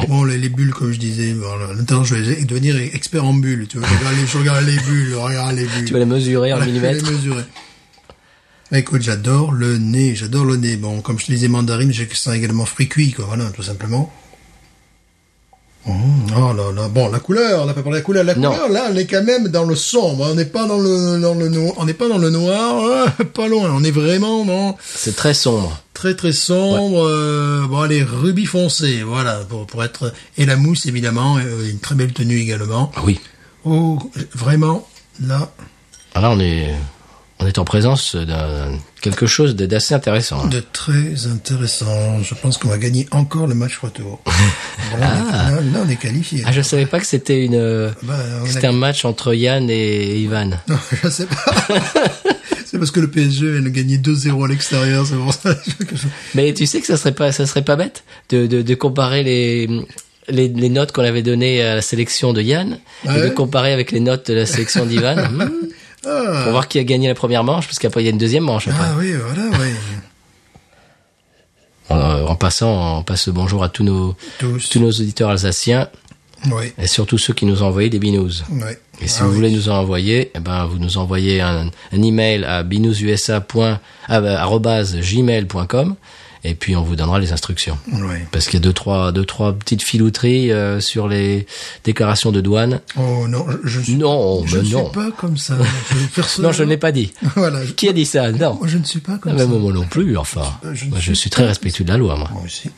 Speaker 2: Bon, les, les bulles, comme je disais, bon, là, maintenant, je vais devenir expert en bulles. Tu vois, je regarde les, je regarde les bulles, je regarde les bulles.
Speaker 1: Tu vas les mesurer en
Speaker 2: Voilà, je vais
Speaker 1: millimètres.
Speaker 2: les mesurer. Bah, écoute, j'adore le nez, j'adore le nez. Bon, comme je te disais, mandarine, j'ai que ça également fruit cuit, quoi, voilà, tout simplement. Mmh, oh là là. Bon, la couleur, on n'a pas parlé de la couleur. La
Speaker 1: Non.
Speaker 2: couleur, là, on est quand même dans le sombre. On n'est pas dans le, dans le noir, on n'est pas dans le noir, hein, pas loin. On est vraiment dans
Speaker 1: C'est très sombre.
Speaker 2: très très sombre. euh, bon, allez, rubis foncé, voilà, pour, pour être, et la mousse, évidemment, euh, une très belle tenue également.
Speaker 1: Ah oui.
Speaker 2: Oh, vraiment, là,
Speaker 1: Ah là, on est, on est en présence d'un quelque chose de- d'assez intéressant. hein.
Speaker 2: De très intéressant. Je pense qu'on va gagner encore le match retour. Bon, là, on est- là, on est qualifié.
Speaker 1: Ah, je savais pas que c'était une, euh,
Speaker 2: Bah, on a-
Speaker 1: c'était un match entre Yann et Ivan.
Speaker 2: Non, je sais pas. c'est parce que le PSG vient de gagner 2-0 à l'extérieur. C'est pour ça que je-
Speaker 1: Mais tu sais que ça serait pas, ça serait pas bête de, de, de comparer les, les, les notes qu'on avait données à la sélection de Yann et
Speaker 2: Ouais.
Speaker 1: de comparer avec les notes de la sélection d'Ivan. Hmm.
Speaker 2: Ah,
Speaker 1: Pour voir qui a gagné la première manche, parce qu'après il y a une deuxième manche après.
Speaker 2: ah oui, voilà, oui.
Speaker 1: En, en passant, on passe le bonjour à tous nos,
Speaker 2: Tous.
Speaker 1: tous nos auditeurs alsaciens
Speaker 2: Oui,
Speaker 1: et surtout ceux qui nous ont envoyé des binous.
Speaker 2: oui.
Speaker 1: Et si
Speaker 2: Ah
Speaker 1: vous
Speaker 2: oui.
Speaker 1: voulez nous en envoyer, eh ben vous nous envoyez un, un email à euh, binoususa.gmail.com et puis on vous donnera les instructions.
Speaker 2: Oui.
Speaker 1: Parce qu'il y a deux trois deux trois petites filouteries euh, sur les déclarations de douane.
Speaker 2: Oh non, je- je suis,
Speaker 1: Non,
Speaker 2: je
Speaker 1: mais
Speaker 2: ne
Speaker 1: non.
Speaker 2: suis pas comme ça. Je, personne,
Speaker 1: Non, je ne l'ai pas dit.
Speaker 2: Voilà, je,
Speaker 1: Qui a dit ça Non.
Speaker 2: moi, je ne suis pas comme ça.
Speaker 1: Même moi non plus. Enfin,
Speaker 2: Euh, je
Speaker 1: je,
Speaker 2: ne
Speaker 1: suis,
Speaker 2: suis
Speaker 1: très respectueux de la loi, moi.
Speaker 2: Moi aussi.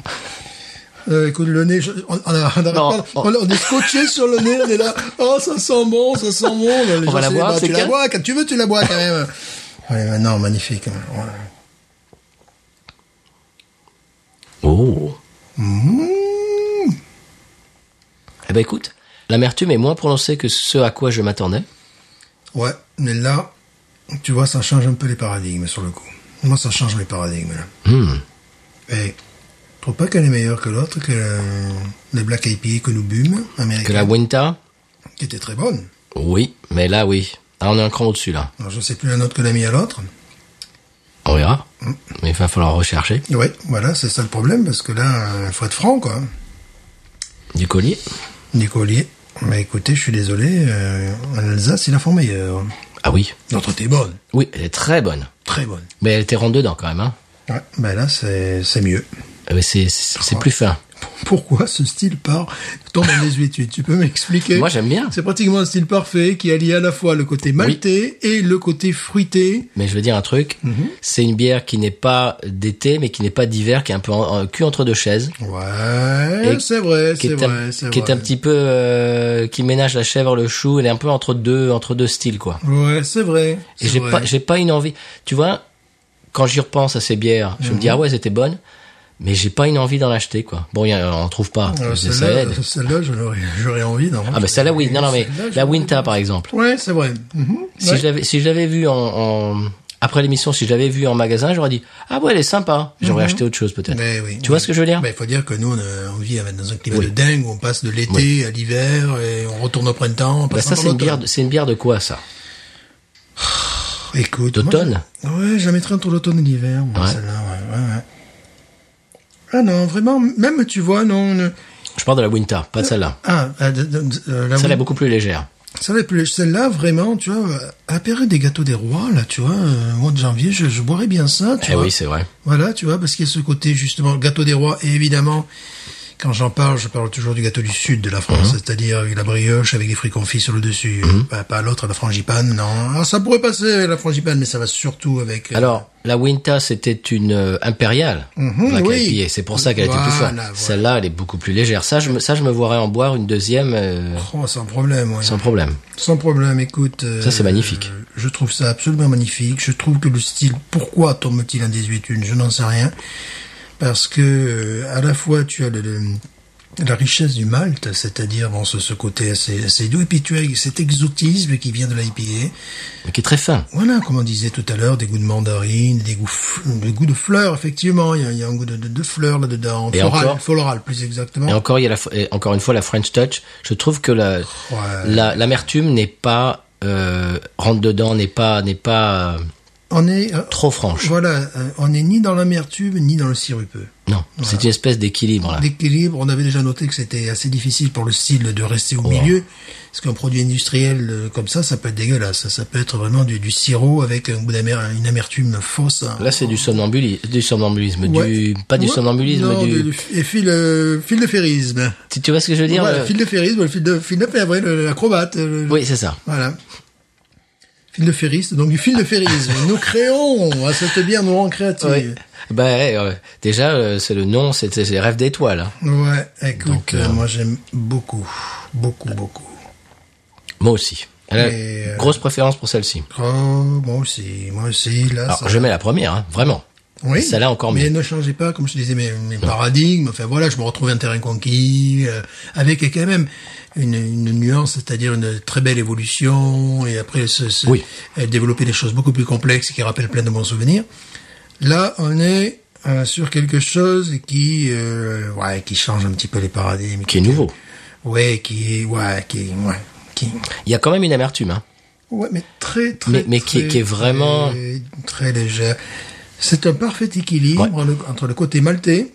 Speaker 2: Euh, écoute, le nez, je- on, on, a- on, arrête
Speaker 1: Non,
Speaker 2: pas,
Speaker 1: on-
Speaker 2: on, on est scotché sur le nez, on est là. Oh, ça sent bon, ça sent bon. Là, les
Speaker 1: On va
Speaker 2: gens,
Speaker 1: la
Speaker 2: c'est-
Speaker 1: boire,
Speaker 2: bah,
Speaker 1: c'est
Speaker 2: Tu la
Speaker 1: calme.
Speaker 2: bois, quand tu veux, tu la bois quand même. Ouais, mais non, magnifique. Ouais.
Speaker 1: Oh.
Speaker 2: Mmh.
Speaker 1: Eh ben écoute, l'amertume est moins prononcée que ce à quoi je m'attendais.
Speaker 2: Ouais, mais là, tu vois, ça change un peu les paradigmes sur le coup. Moi, ça change mes paradigmes. Là.
Speaker 1: Hmm.
Speaker 2: Et je trouve pas qu'elle est meilleure que l'autre, que euh, les Black Eyed Peas que nous bûmes,
Speaker 1: Que la
Speaker 2: américaine,
Speaker 1: Winta
Speaker 2: qui était très bonne.
Speaker 1: Oui, mais là oui. Ah, on est un cran au-dessus là.
Speaker 2: Alors, je sais plus la note que l'a mis à l'autre.
Speaker 1: On verra.
Speaker 2: Hum.
Speaker 1: Mais il va falloir rechercher
Speaker 2: Oui, voilà, c'est ça le problème, parce que là, il faut être franc, quoi.
Speaker 1: du collier.
Speaker 2: Nicolier, bah écoutez, je suis désolé, euh, en Alsace, ils la font meilleure.
Speaker 1: Ah oui.
Speaker 2: euh, Notre était bonne,
Speaker 1: Oui, elle est très bonne.
Speaker 2: très bonne.
Speaker 1: Mais elle était rentre dedans quand même. Hein. Ah,
Speaker 2: Ouais, bah là, c'est c'est mieux.
Speaker 1: Mais c'est c'est- c'est plus fin.
Speaker 2: Pourquoi ce style part tombe en désuétude Tu peux m'expliquer
Speaker 1: Moi, j'aime bien.
Speaker 2: C'est pratiquement un style parfait qui allie à la fois le côté maltais et le côté fruité.
Speaker 1: Mais je veux dire un truc,
Speaker 2: Mhm.
Speaker 1: c'est une bière qui n'est pas d'été, mais qui n'est pas d'hiver, qui est un peu en, en cul entre deux chaises,
Speaker 2: Ouais,
Speaker 1: Et
Speaker 2: c'est vrai,
Speaker 1: qui
Speaker 2: c'est
Speaker 1: est,
Speaker 2: vrai,
Speaker 1: un,
Speaker 2: c'est
Speaker 1: qui est
Speaker 2: vrai.
Speaker 1: un petit peu euh, qui ménage la chèvre le chou. Elle est un peu entre deux entre deux styles quoi.
Speaker 2: Ouais, c'est vrai.
Speaker 1: Et
Speaker 2: c'est
Speaker 1: j'ai
Speaker 2: vrai.
Speaker 1: pas j'ai pas une envie. Tu vois, quand j'y repense à ces bières, je me
Speaker 2: Mhm.
Speaker 1: dis ah ouais c'était bonne, mais j'ai pas une envie d'en acheter quoi. Bon, il y en- on en trouve pas.
Speaker 2: Euh,
Speaker 1: mais ça
Speaker 2: Celle-là,
Speaker 1: aide.
Speaker 2: celle-là, je l'aurais- j'aurais envie d'en
Speaker 1: Ah ben celle-là oui. Non non mais
Speaker 2: Celle-là,
Speaker 1: la
Speaker 2: je-
Speaker 1: Winta par exemple.
Speaker 2: Ouais, c'est vrai. Mhm,
Speaker 1: Si
Speaker 2: ouais.
Speaker 1: je l'avais si je l'avais vue en, en- après l'émission, si je l'avais vue en magasin, j'aurais dit ah ouais elle est sympa. J'aurais acheté autre chose peut-être.
Speaker 2: Mhm. Mais Ben oui.
Speaker 1: Tu vois ce que je veux dire
Speaker 2: Mais il faut dire que nous, on, euh, on vit avec- dans un climat
Speaker 1: Oui.
Speaker 2: de dingue où on passe de l'été à l'hiver et on retourne au printemps. on
Speaker 1: Bah
Speaker 2: passe
Speaker 1: ça
Speaker 2: encore
Speaker 1: c'est une bière,
Speaker 2: l'automne.
Speaker 1: de- c'est une bière de quoi ça
Speaker 2: Écoute,
Speaker 1: d'automne.
Speaker 2: moi, je- Ouais, je la mettrais entre l'automne et l'hiver. moi,
Speaker 1: Ouais.
Speaker 2: Celle-là, ouais, ouais, ouais. Ah non, vraiment, même tu vois, non. ne-
Speaker 1: Je parle de la Winta, pas de celle-là.
Speaker 2: Ah, euh, de- de- euh, la-
Speaker 1: Celle-là est beaucoup plus légère.
Speaker 2: Ça va plus- Celle-là, vraiment, tu vois, euh, à la période des gâteaux des rois, là, tu vois, euh, au mois de janvier, je, je boirais bien ça, tu
Speaker 1: Eh
Speaker 2: vois.
Speaker 1: oui, c'est vrai.
Speaker 2: Voilà, tu vois, parce qu'il y a ce côté, justement, gâteau des rois, et évidemment, Quand j'en parle, je parle toujours du gâteau du sud de la France, c'est-à-dire avec la brioche, avec des fruits confits sur le dessus. Pas, pas l'autre, la frangipane, non. Alors, ça pourrait passer avec la frangipane, mais ça va surtout avec... euh,
Speaker 1: Alors, la Winta, c'était une euh, impériale.
Speaker 2: Mhm,
Speaker 1: Black
Speaker 2: oui.
Speaker 1: IPA. C'est pour ça qu'elle était plus
Speaker 2: Voilà,
Speaker 1: forte.
Speaker 2: voilà.
Speaker 1: Celle-là, elle est beaucoup plus légère. Ça, je me, ça, je me voirais en boire une deuxième euh,
Speaker 2: oh, sans problème, ouais.
Speaker 1: sans problème.
Speaker 2: Sans problème, écoute. euh,
Speaker 1: Ça, c'est magnifique.
Speaker 2: euh, je trouve ça absolument magnifique. Je trouve que le style, pourquoi tombe-t-il en 18 une Je n'en sais rien. Parce que, euh, à la fois, tu as le- le- la richesse du malt, c'est-à-dire bon, ce, ce côté assez, assez doux, et puis tu as cet exotisme qui vient de l'IPA.
Speaker 1: Mais qui est très fin.
Speaker 2: Voilà, comme on disait tout à l'heure, des goûts de mandarine, des goûts, f- des goûts de fleurs, effectivement. Il y a, il y a un goût de, de- de fleurs là-dedans.
Speaker 1: Et
Speaker 2: Floral,
Speaker 1: encore-
Speaker 2: floral, plus exactement.
Speaker 1: Et encore, il y a la, et encore une fois, la French Touch. Je trouve que la,
Speaker 2: Euh,
Speaker 1: la- l'amertume n'est pas, euh, rentre dedans, n'est pas, n'est pas euh,
Speaker 2: on est, euh,
Speaker 1: trop franche.
Speaker 2: voilà, euh, on n'est ni dans l'amertume, ni dans le sirupeux.
Speaker 1: Non. C'est une espèce d'équilibre, là.
Speaker 2: d'équilibre. On avait déjà noté que c'était assez difficile pour le style de rester au milieu, parce qu'un produit industriel euh, comme ça, ça peut être dégueulasse. Ça, ça peut être vraiment du, du sirop avec un goût d'amer, une amertume fausse.
Speaker 1: Là, c'est du somnambulisme, du somnambulisme,
Speaker 2: Ouais.
Speaker 1: du, pas du
Speaker 2: Ouais.
Speaker 1: somnambulisme,
Speaker 2: Non,
Speaker 1: du,
Speaker 2: et fil, euh, fil de ferrisme.
Speaker 1: tu, tu vois ce que je veux dire?
Speaker 2: Voilà,
Speaker 1: le-
Speaker 2: fil de ferrisme, le fil de, fil de ferrisme, l'acrobate. euh, le-
Speaker 1: Oui, c'est ça.
Speaker 2: Voilà. Fil de ferrisme, donc du fil de ferrisme. nous créons, à cette bière, nous rend créatifs.
Speaker 1: Oui. Bah, euh, déjà, euh, c'est le nom, c'est c'est Rêve d'étoile. hein.
Speaker 2: Ouais, écoute,
Speaker 1: Donc, euh,
Speaker 2: euh, moi j'aime beaucoup, beaucoup, beaucoup.
Speaker 1: Moi aussi. Elle a
Speaker 2: Mais, euh,
Speaker 1: Grosse préférence pour celle-ci.
Speaker 2: Oh, moi aussi, moi aussi, là.
Speaker 1: Alors,
Speaker 2: ça-
Speaker 1: je mets la première, hein, vraiment.
Speaker 2: Oui,
Speaker 1: Celle-là encore
Speaker 2: mais
Speaker 1: mieux.
Speaker 2: ne changez pas, comme je disais, mes, mes paradigmes. Enfin voilà, je me retrouve un terrain conquis, euh, avec quand même une, une nuance, c'est-à-dire une très belle évolution, et après se, se-
Speaker 1: Oui.
Speaker 2: euh, développer des choses beaucoup plus complexes qui rappellent plein de bons souvenirs. Là, on est euh, sur quelque chose qui, euh, ouais, qui change un petit peu les paradigmes.
Speaker 1: Qui est nouveau.
Speaker 2: Ouais, qui est, ouais, qui, est- ouais, qui,
Speaker 1: Il y a quand même une amertume. Hein.
Speaker 2: Ouais, mais très, très,
Speaker 1: Mais- mais qui est-
Speaker 2: très,
Speaker 1: qui est vraiment-
Speaker 2: très, très légère. C'est un parfait équilibre
Speaker 1: Ouais.
Speaker 2: le- entre le côté maltais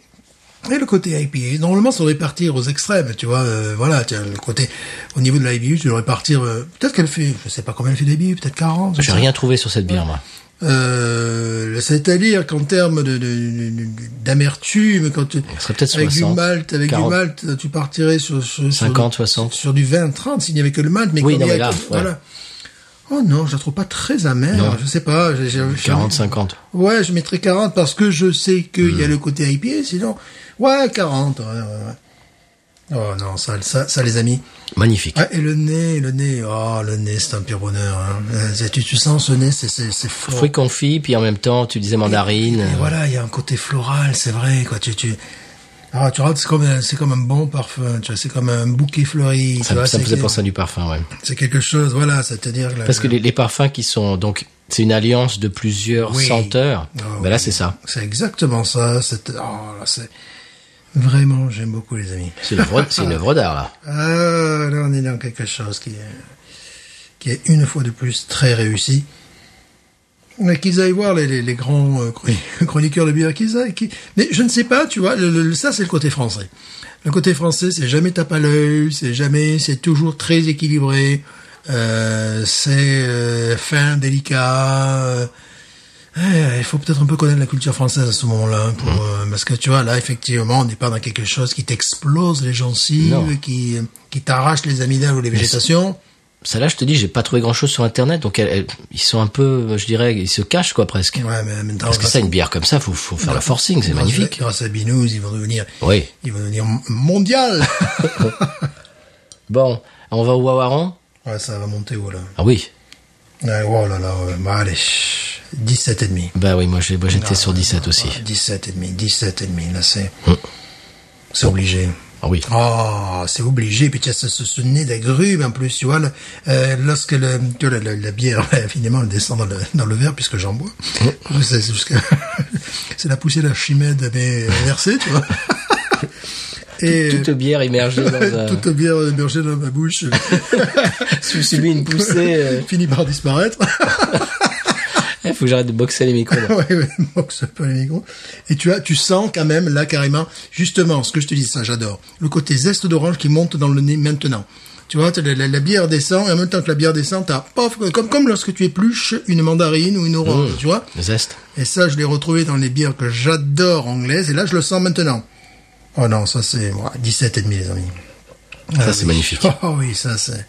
Speaker 2: et le côté IPA. Normalement, ça devrait partir aux extrêmes, tu vois. euh, voilà, tu as le côté au niveau de l'IBU, tu devrais partir. euh, peut-être qu'elle fait, je sais pas combien elle fait d'IBU, peut-être 40. je
Speaker 1: J'ai
Speaker 2: sais
Speaker 1: rien trouvé sur cette bière, moi.
Speaker 2: euh, c'est-à-dire qu'en termes de, de- de- de- d'amertume, quand tu,
Speaker 1: serait peut-être
Speaker 2: avec
Speaker 1: 60,
Speaker 2: du malt, avec
Speaker 1: 40.
Speaker 2: du malt, tu partirais sur, sur,
Speaker 1: 50,
Speaker 2: sur,
Speaker 1: 60.
Speaker 2: sur du 20, 30, s'il n'y avait que le malt, mais
Speaker 1: Oui,
Speaker 2: comme
Speaker 1: non,
Speaker 2: il y a
Speaker 1: mais là,
Speaker 2: que-
Speaker 1: ouais.
Speaker 2: voilà. Oh non, je la trouve pas très amère.
Speaker 1: Non.
Speaker 2: Je sais pas. j'ai- j'ai- j'ai-
Speaker 1: 40, 50.
Speaker 2: Ouais, je mettrais 40 parce que je sais qu'il
Speaker 1: Hmm.
Speaker 2: y a le côté IPA, sinon, ouais, 40. ouais, ouais, ouais. Oh non, ça, ça, ça, les amis.
Speaker 1: Magnifique.
Speaker 2: Ouais, et le nez, le nez, oh, le nez, c'est un pur bonheur. Hein. Euh, Tu, tu sens ce nez, c'est, c'est, c'est fort.
Speaker 1: Fruits confits, puis en même temps, tu disais mandarine.
Speaker 2: Et
Speaker 1: euh,
Speaker 2: voilà, il y a un côté floral, c'est vrai, quoi. Tu, tu, ah, tu regardes, c'est comme, un- c'est comme un bon parfum, tu vois, c'est comme un bouquet fleuri. tu
Speaker 1: Ça, me-
Speaker 2: vois,
Speaker 1: ça me
Speaker 2: c'est
Speaker 1: faisait
Speaker 2: que-
Speaker 1: penser à du parfum, ouais.
Speaker 2: C'est quelque chose, voilà, c'est-à-dire que la-
Speaker 1: Parce que les, les parfums qui sont donc, c'est une alliance de plusieurs
Speaker 2: Oui.
Speaker 1: senteurs.
Speaker 2: Ah,
Speaker 1: ben là,
Speaker 2: oui.
Speaker 1: c'est ça.
Speaker 2: C'est exactement ça, c'est, oh, là, c'est, vraiment, j'aime beaucoup, les amis.
Speaker 1: C'est une œuvre, c'est une œuvre d'art là.
Speaker 2: Ah, là, on est dans quelque chose qui est, qui est une fois de plus très réussi. Mais Qu'ils aillent voir les, les, les grands euh, chroni- chroniqueurs de bière, qu'ils aillent. qui- Mais je ne sais pas, tu vois, le- le- ça c'est le côté français. Le côté français, c'est jamais tape à l'œil, c'est jamais, c'est toujours très équilibré, euh, c'est euh, fin, délicat. euh, eh, il faut peut-être un peu connaître la culture française à ce moment-là, hein,
Speaker 1: Mmh.
Speaker 2: pour, euh, parce que tu vois, là, effectivement, on n'est pas dans quelque chose qui t'explose les gencives,
Speaker 1: Non.
Speaker 2: qui, qui t'arrache les amygdales ou les végétations.
Speaker 1: Celle-là, je te dis, j'ai pas trouvé grand-chose sur Internet, donc elle- elle- ils sont un peu, je dirais, ils se cachent quoi presque.
Speaker 2: Ouais, mais en même temps,
Speaker 1: Parce que
Speaker 2: grâce-
Speaker 1: ça, une bière comme ça, faut, faut faire le forcing, c'est
Speaker 2: grâce à-
Speaker 1: magnifique.
Speaker 2: Grâce à Binous, ils vont devenir,
Speaker 1: Oui.
Speaker 2: ils vont devenir m- mondial.
Speaker 1: Bon, on va au Wawaron
Speaker 2: ouais, ça va monter où là
Speaker 1: Ah oui.
Speaker 2: ouais, Oh là là, ouais. bah allez, 17 et demi.
Speaker 1: Bah oui, moi j'ai- moi, j'étais sur 17 aussi.
Speaker 2: 17 et demi, 17 et demi, là c'est,
Speaker 1: Mm.
Speaker 2: c'est obligé.
Speaker 1: Ah oui.
Speaker 2: Oh, c'est obligé. Puis tu as ce, ce, ce nez d'agrumes en plus, tu vois. le- euh, lorsque le, tu vois, la, la- la bière, finalement, elle descend dans le, dans le verre puisque j'en bois.
Speaker 1: Oh.
Speaker 2: C'est c'est jusqu'à- c'est la poussée d'Archimède, mais versée, tu vois. Et
Speaker 1: Toute bière immergée dans un...
Speaker 2: toute bière émergée dans ma bouche
Speaker 1: Sous- subit une poussée. euh,
Speaker 2: finit par disparaître.
Speaker 1: Il Eh, faut que j'arrête de boxer les micros. là.
Speaker 2: ouais, ouais, boxe pas les micros. Et tu as, tu sens quand même là carrément, justement, ce que je te dis, ça j'adore, le côté zeste d'orange qui monte dans le nez maintenant. Tu vois, t'as la, la- la bière descend et en même temps que la bière descend, t'as pof, comme comme lorsque tu épluches une mandarine ou une orange,
Speaker 1: Hmm. Mmh.
Speaker 2: tu vois.
Speaker 1: Le zeste.
Speaker 2: Et ça, je l'ai retrouvé dans les bières que j'adore anglaises et là, je le sens maintenant. Oh non, ça c'est ouah, 17 et demi les amis.
Speaker 1: Ça,
Speaker 2: Ah
Speaker 1: c'est
Speaker 2: oui.
Speaker 1: magnifique.
Speaker 2: Oh oui, ça c'est.